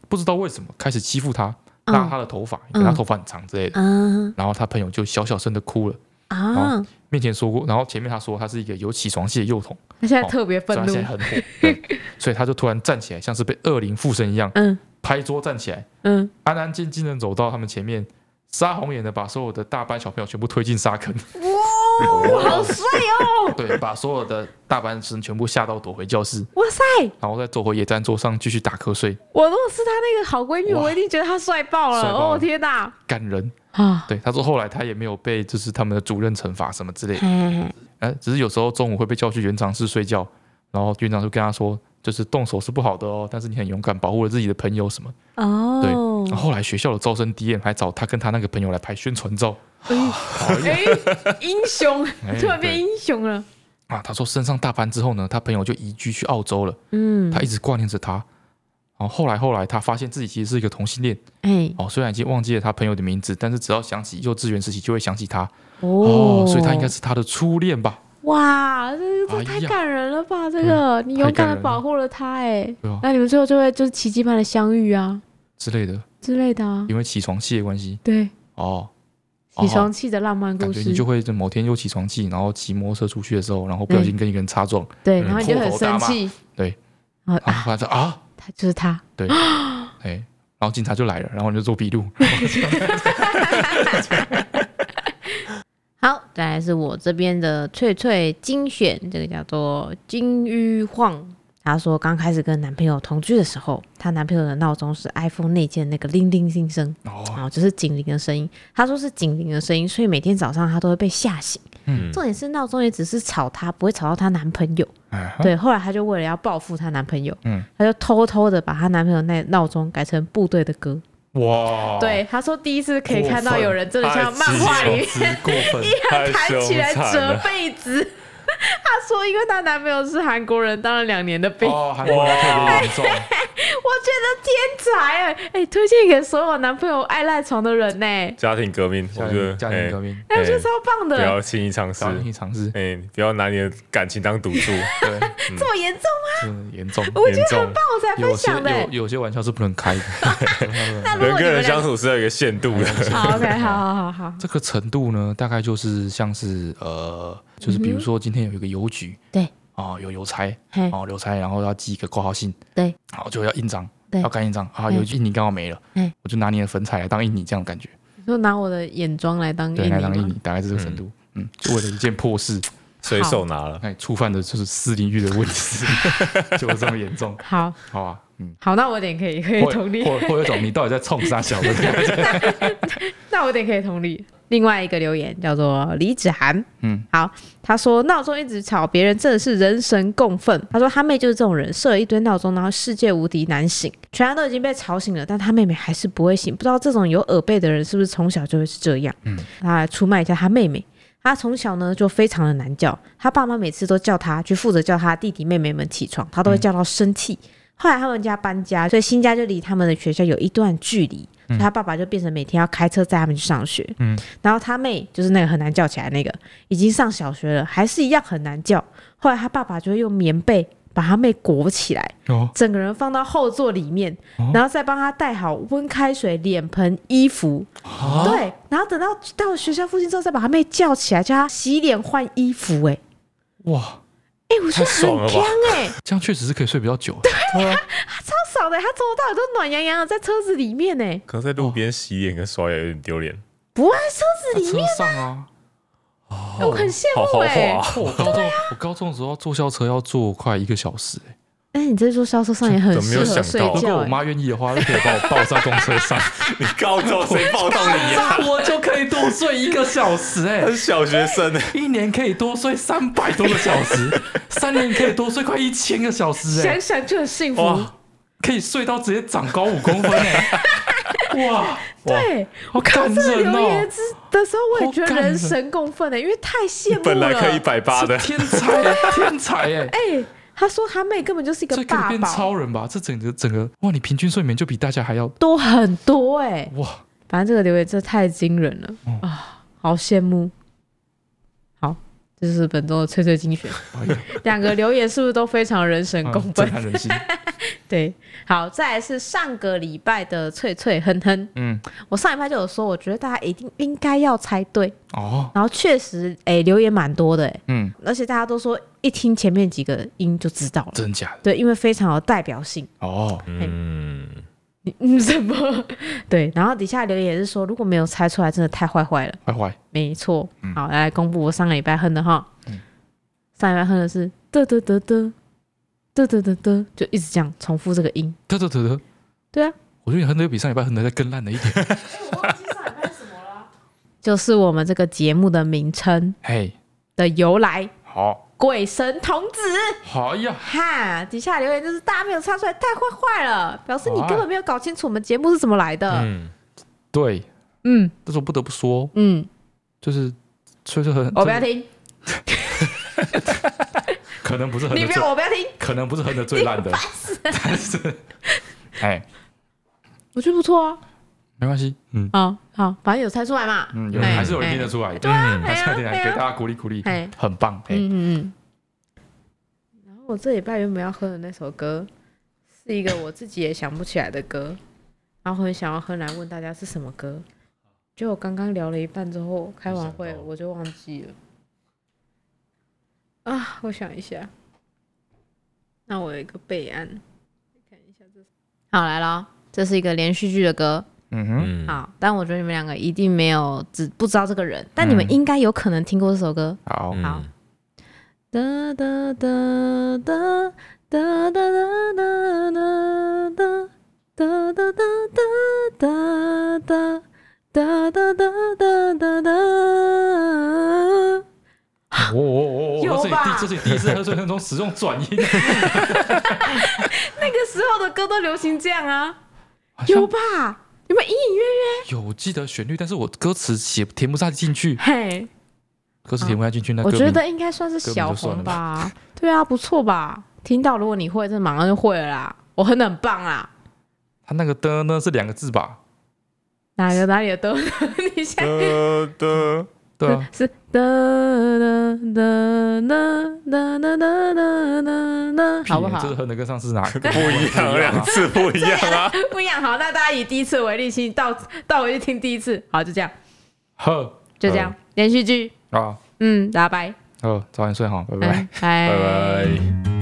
Speaker 2: 不知道为什么开始欺负他，拉他的头发，因为他头发很长之类的，
Speaker 1: 嗯
Speaker 2: 然后他朋友就小小声的哭了。
Speaker 1: 啊，
Speaker 2: 面前说过，然后前面他说他是一个有起床气的幼童，
Speaker 1: 他现在特别
Speaker 2: 哦所
Speaker 1: 愤
Speaker 2: 以他
Speaker 1: 怒
Speaker 2: 现，在很火，对所以他就突然站起来，像是被恶灵附身一样，
Speaker 1: 嗯
Speaker 2: 拍桌站起来，
Speaker 1: 嗯，
Speaker 2: 安安静静的走到他们前面，杀红眼的把所有的大班小朋友全部推进沙坑，
Speaker 1: 哇，好帅哦，
Speaker 2: 对，把所有的大班生全部吓到躲回教室，
Speaker 1: 哇塞，
Speaker 2: 然后再走回野战桌上继续打瞌睡，
Speaker 1: 我如果是他那个好闺蜜，
Speaker 2: 哇
Speaker 1: 我一定觉得他帅爆
Speaker 2: 帅
Speaker 1: 了，
Speaker 2: 爆了
Speaker 1: 哦天哪，
Speaker 2: 感人。
Speaker 1: 啊，
Speaker 2: 对，他说后来他也没有被就是他们的主任惩罚什么之类
Speaker 1: [LAUGHS]
Speaker 2: 的
Speaker 1: 嘿，嘿嘿，
Speaker 2: 呃，只是有时候中午会被叫去园长室睡觉，然后园长就跟他说，就是动手是不好的哦，但是你很勇敢，保护了自己的朋友什么。对，
Speaker 1: 哦
Speaker 2: 然后，后来学校的招生 DM 还找他跟他那个朋友来拍宣传照
Speaker 1: 哎，英雄
Speaker 2: 哎，
Speaker 1: 突然变英雄了，
Speaker 2: 啊。他说升上大班之后呢，他朋友就移居去澳洲了，
Speaker 1: 嗯
Speaker 2: 他，一直挂念着他。然后后来后来，他发现自己其实是一个同性恋
Speaker 1: 哎，
Speaker 2: 哦，虽然已经忘记了他朋友的名字，但是只要想起幼稚园时期就会想起他
Speaker 1: 哦
Speaker 2: 哦，所以他应该是他的初恋吧？
Speaker 1: 哇，这这
Speaker 2: 哎
Speaker 1: 太
Speaker 2: 呀
Speaker 1: 感人了吧！这个你勇敢的保护了他，哎
Speaker 2: 对啊，
Speaker 1: 那你们最后就会就是奇迹般的相遇啊
Speaker 2: 之类的，
Speaker 1: 之类的啊，
Speaker 2: 因为起床气的关系
Speaker 1: 对，
Speaker 2: 哦，哦
Speaker 1: 起床气的浪漫
Speaker 2: 感
Speaker 1: 故
Speaker 2: 觉
Speaker 1: 事
Speaker 2: 你就，会在某天又起床气，然后骑摩托车出去的时候，然后不小心跟一个人擦撞，
Speaker 1: 对，
Speaker 3: 嗯
Speaker 1: 然后你就很生气，
Speaker 2: 对，
Speaker 1: 然后
Speaker 2: 然后
Speaker 1: 啊，
Speaker 2: 突然说啊，
Speaker 1: 他就是他，
Speaker 2: 对，哎，然后警察就来了，然后你就做笔录。
Speaker 1: 好，再来是我这边的翠翠精选，这个叫做金玉晃。她说刚开始跟男朋友同居的时候，她男朋友的闹钟是 iPhone 内建那个铃铃铃声，
Speaker 2: 哦，
Speaker 1: 然后就是警铃的声音。她说是警铃的声音，所以每天早上她都会被吓醒。
Speaker 3: 嗯
Speaker 1: 重点是闹钟也只是吵她，不会吵到她男朋友。
Speaker 2: 哎，
Speaker 1: 对，后来她就为了要报复她男朋友，
Speaker 2: 嗯
Speaker 1: 她就偷偷的把她男朋友那闹钟改成部队的歌。
Speaker 2: 哇，
Speaker 1: 对，她说第一次可以
Speaker 3: 过
Speaker 1: 看到
Speaker 3: 分
Speaker 1: 有人真的像漫画里面
Speaker 3: 太自由之过
Speaker 1: [LAUGHS]
Speaker 3: 分，太
Speaker 1: 弹嗯起来
Speaker 3: 凶残
Speaker 1: 折
Speaker 3: 了
Speaker 1: 被子。她说，因为她男朋友是韩国人，当了两年的兵。
Speaker 2: 哦，韩国人特别严重，
Speaker 1: 我觉得天才哎、哎、推荐给所有男朋友爱赖床的人呢、
Speaker 3: 家庭革命，我
Speaker 2: 家
Speaker 3: 觉得
Speaker 2: 庭家庭革，命，
Speaker 1: 哎、
Speaker 3: 哎
Speaker 1: 我觉得超棒
Speaker 3: 哎不要
Speaker 1: 的，
Speaker 3: 轻易尝试，
Speaker 2: 家庭尝
Speaker 3: [LAUGHS]
Speaker 2: 试，
Speaker 3: 哎，你不要拿你的感情当赌注，
Speaker 2: 对，
Speaker 1: 这么严重吗？
Speaker 2: 嗯，
Speaker 1: [LAUGHS]
Speaker 2: 严重。
Speaker 1: 我觉
Speaker 3: 严
Speaker 1: 得
Speaker 3: 重
Speaker 1: 很。棒，我才
Speaker 2: 有
Speaker 1: 分
Speaker 2: 些
Speaker 1: 享的、
Speaker 2: 有
Speaker 1: 欸。
Speaker 2: 有些玩笑是不能开的，
Speaker 1: [LAUGHS] [LAUGHS] 那如果
Speaker 3: 人
Speaker 1: 你
Speaker 3: 跟
Speaker 1: 们
Speaker 3: 人
Speaker 1: 两
Speaker 3: 相
Speaker 1: 个
Speaker 3: 处是有一个限度的，
Speaker 1: 好 OK，好好好
Speaker 2: [LAUGHS]
Speaker 1: 好，
Speaker 2: 这个程度呢，大概就是像是呃，就是比如说今天有一个邮局，
Speaker 1: 嗯对，
Speaker 2: 哦，有邮差，
Speaker 1: 嘿，
Speaker 2: 哦，邮差，然后要寄一个挂号信，
Speaker 1: 对，
Speaker 2: 好就要印章，
Speaker 1: 对
Speaker 2: 要盖印章啊，
Speaker 1: 嗯
Speaker 2: 邮局印泥刚好没了
Speaker 1: 嗯，
Speaker 2: 我就拿你的粉彩来当印泥，这样的感觉，
Speaker 1: 你说拿我的眼妆来当
Speaker 2: 对，
Speaker 1: 印
Speaker 2: 来当
Speaker 1: 尼
Speaker 2: 印泥
Speaker 1: 吗，
Speaker 2: 大概是这个程度，嗯，就为了一件破事，
Speaker 3: [LAUGHS] 随手拿了。
Speaker 2: 那你触犯的就是私领域的问题，就这么严重，
Speaker 1: 好
Speaker 2: 好吧，嗯，
Speaker 1: 好，那我有点可以可以
Speaker 2: 或
Speaker 1: 同理，
Speaker 2: 或或有一种你到底在冲啥小的
Speaker 1: [LAUGHS]
Speaker 2: 感觉，
Speaker 1: 那我有点可以同理。另外一个留言叫做李子涵，
Speaker 2: 嗯，
Speaker 1: 好，他说闹钟一直吵，别人真的是人神共愤。他说他妹就是这种人，设了一堆闹钟，然后世界无敌难醒，全家都已经被吵醒了，但他妹妹还是不会醒。不知道这种有耳背的人是不是从小就会是这样？嗯，他来出卖一下他妹妹。他从小呢就非常的难叫，他爸妈每次都叫他去负责叫他弟弟妹妹们起床，他都会叫到生气。后来他们家搬家，所以新家就离他们的学校有一段距离，
Speaker 3: 嗯
Speaker 1: 所以他爸爸就变成每天要开车载他们去上学。嗯，然后他妹就是那个很难叫起来那个，已经上小学了，还是一样很难叫。后来他爸爸就会用棉被把他妹裹起来，
Speaker 2: 哦，
Speaker 1: 整个人放到后座里面，
Speaker 3: 哦
Speaker 1: 然后再帮他带好温开水、脸盆、衣服，
Speaker 3: 啊
Speaker 1: 对，然后等到到学校附近之后，再把他妹叫起来，叫他洗脸换衣服、哎
Speaker 2: 哇，
Speaker 1: 哎、我觉得
Speaker 3: 太爽
Speaker 1: 很
Speaker 3: 了吧
Speaker 1: 香哎、
Speaker 2: 这样确实是可以睡比较久，
Speaker 1: 超爽的、他从头到尾都暖洋洋的在车子里面哎、
Speaker 3: 可能在路边洗脸跟刷牙有点丢脸，
Speaker 1: 不爱车子
Speaker 2: 在
Speaker 1: 里
Speaker 2: 车
Speaker 1: 面，
Speaker 2: 上啊。
Speaker 1: 我很羡
Speaker 3: 好
Speaker 1: 慕
Speaker 3: 豪
Speaker 1: 哎、
Speaker 3: 华啊！
Speaker 2: [LAUGHS] 我高中我高中的时候坐校车要坐快一个小时、欸，
Speaker 1: 哎、你这座校车上也很
Speaker 3: 怎么没
Speaker 1: 适
Speaker 3: 有
Speaker 1: 合
Speaker 3: 想
Speaker 1: 睡
Speaker 3: 到
Speaker 2: 如果
Speaker 1: 觉、
Speaker 2: 我
Speaker 1: 哎
Speaker 2: 妈愿意的话，就可以把我抱上公车 [LAUGHS] 上，
Speaker 3: [LAUGHS] 你高中谁暴动你呀？
Speaker 2: 那我就可以多睡一个小时、欸，
Speaker 3: 他是小学生呢，
Speaker 2: [LAUGHS] 一年可以多睡三百多个小 [LAUGHS] 时，三年可以多睡快一千个小时、欸，
Speaker 1: 想想就很幸福。
Speaker 3: 哇
Speaker 2: 可以睡到直接长高五公分、 [LAUGHS] 欸，哇，
Speaker 1: 对，哎我看
Speaker 2: 感
Speaker 1: 这个
Speaker 2: 人
Speaker 1: 留言
Speaker 2: 哦，
Speaker 1: 之的时候，我也觉
Speaker 2: 好
Speaker 1: 得
Speaker 2: 感人
Speaker 1: 人神共愤欸的、因为太羡慕了。
Speaker 3: 本来可以一百
Speaker 1: [LAUGHS]
Speaker 3: 八的
Speaker 2: 是， [LAUGHS] 天才、欸，天才、 [LAUGHS] 欸，
Speaker 1: 哎、他说他妹根本就是一个
Speaker 2: 这可以
Speaker 1: 爸
Speaker 2: 变
Speaker 1: 宝，
Speaker 2: 超人吧？这整个整个哇，你平均睡眠就比大家还要
Speaker 1: 多很多哎、
Speaker 2: 哇，
Speaker 1: 反正这个留言真的太惊人了、
Speaker 2: 嗯
Speaker 1: 啊，好羡慕。好，这就是本周的翠翠精选，
Speaker 2: 哎呀
Speaker 1: 两个留言是不是都非常人神共愤
Speaker 2: 嗯震？撼 [LAUGHS] 人心，
Speaker 1: 对，好，再来是上个礼拜的翠翠哼哼，
Speaker 2: 嗯，
Speaker 1: 我上礼拜就有说，我觉得大家一定应该要猜对，
Speaker 2: 哦，
Speaker 1: 然后确实，哎、留言蛮多的、哎，
Speaker 2: 嗯，
Speaker 1: 而且大家都说一听前面几个音就知道了，
Speaker 2: 真假的，
Speaker 1: 对，因为非常有代表性。 [LAUGHS]
Speaker 2: 哦，
Speaker 3: 嗯，
Speaker 1: 你嗯，什么？对，然后底下留言也是说，如果没有猜出来，真的太坏坏了。
Speaker 2: 坏坏，
Speaker 1: 没错，好，来公布我上个礼拜哼的哈。上礼拜哼的是嘚嘚嘚嘚嘚嘚嘚嘚，就一直这样重复这个音。
Speaker 2: 得得得得。
Speaker 1: 对啊，
Speaker 2: 我觉得你哼的比上礼拜哼的再更烂了一点。
Speaker 1: 就是我们这个节目的名称
Speaker 2: [LAUGHS] 嘿，
Speaker 1: 的由来。
Speaker 2: 好，
Speaker 1: 鬼神童子
Speaker 2: 好哎呀，
Speaker 1: 哈，底下留言就是大家没有猜出来，太坏坏了，表示你
Speaker 2: 哇
Speaker 1: 根本没有搞清楚我们节目是怎么来的。
Speaker 3: 嗯，
Speaker 2: 对，
Speaker 1: 嗯
Speaker 2: 但是我不得不说，
Speaker 1: 嗯，
Speaker 2: 就是吹吹很，
Speaker 1: 我不要听，
Speaker 2: 可能不是哼
Speaker 1: 你
Speaker 2: 的
Speaker 1: 不
Speaker 2: 最，
Speaker 1: 要，我不要听，
Speaker 2: 可能不是哼的最烂的， [LAUGHS] 但是，哎，
Speaker 1: 我觉得不错啊。
Speaker 2: 没关系，嗯
Speaker 1: 好哦好，反正有猜出来嘛。
Speaker 2: 嗯，有
Speaker 1: 哎
Speaker 2: 还是有人听得
Speaker 1: 哎
Speaker 2: 出来，嗯
Speaker 1: 对啊，
Speaker 2: 还
Speaker 1: 哎
Speaker 2: 是
Speaker 1: 呀
Speaker 2: 有人听得出来给
Speaker 1: 哎呀
Speaker 2: 大家鼓励鼓励
Speaker 1: 哎，
Speaker 2: 很棒，哎，
Speaker 1: 嗯嗯嗯。然后我这礼拜原本要哼的那首歌，是一个我自己也想不起来的歌，然后很想要哼来问大家是什么歌。就我刚刚聊了一半之后，开完
Speaker 3: 没
Speaker 1: 会
Speaker 3: 想到
Speaker 1: 我就忘记了。啊，我想一下，那我有一个备案，看一下这。好来了，这是一个连续剧的歌，
Speaker 2: 嗯哼，
Speaker 3: 嗯，
Speaker 1: 好，但我觉得你们两个一定没有只不知道这个人，但你们
Speaker 2: 嗯
Speaker 1: 应该有可能听过这首歌。
Speaker 2: 好，
Speaker 3: 嗯
Speaker 1: 好哒哒哒哒哒哒哒哒哒哒哒哒哒哒哒哒哒哒哒哒。
Speaker 2: 我我我
Speaker 1: 有
Speaker 2: 我，这
Speaker 1: 吧
Speaker 2: 里第这里第一次在这当中使用
Speaker 1: [LAUGHS]
Speaker 2: 转音，
Speaker 1: 那个时候的歌都流行这样啊，
Speaker 2: 好像
Speaker 1: 有吧？有没有隐隐约
Speaker 2: 有我记得旋律，但是我歌词写填不下进去，
Speaker 1: 嘿，
Speaker 2: 歌词填不下进去，那歌
Speaker 1: 啊我
Speaker 2: 名
Speaker 1: 觉得应该算是
Speaker 2: 歌名
Speaker 1: 小
Speaker 2: 就算
Speaker 1: 红
Speaker 2: 了
Speaker 1: 吧。对啊，不错吧？听到如果你会，这马上就会了啦。我很很棒啦。
Speaker 2: 他那个的呢是两个字吧？
Speaker 1: 哪个哪里的都，你现在
Speaker 3: 的 [LAUGHS] 的，
Speaker 2: 对啊，
Speaker 1: 是哒哒哒哒哒哒哒哒哒，好不
Speaker 2: 屁啊这
Speaker 1: 好
Speaker 2: 个？和能跟上次哪个
Speaker 3: 不一样，啊两次不一样
Speaker 1: [LAUGHS]
Speaker 3: 啊。
Speaker 1: 不一样，好，那大家以第一次为例，请你 [LAUGHS] 倒倒回去听第一次，好，就这样，
Speaker 2: 呵
Speaker 1: 就这样，连续剧，
Speaker 2: 啊
Speaker 1: 嗯，大家拜，
Speaker 2: 呵，早点睡好，拜拜。
Speaker 1: 嗯，拜
Speaker 3: 拜拜。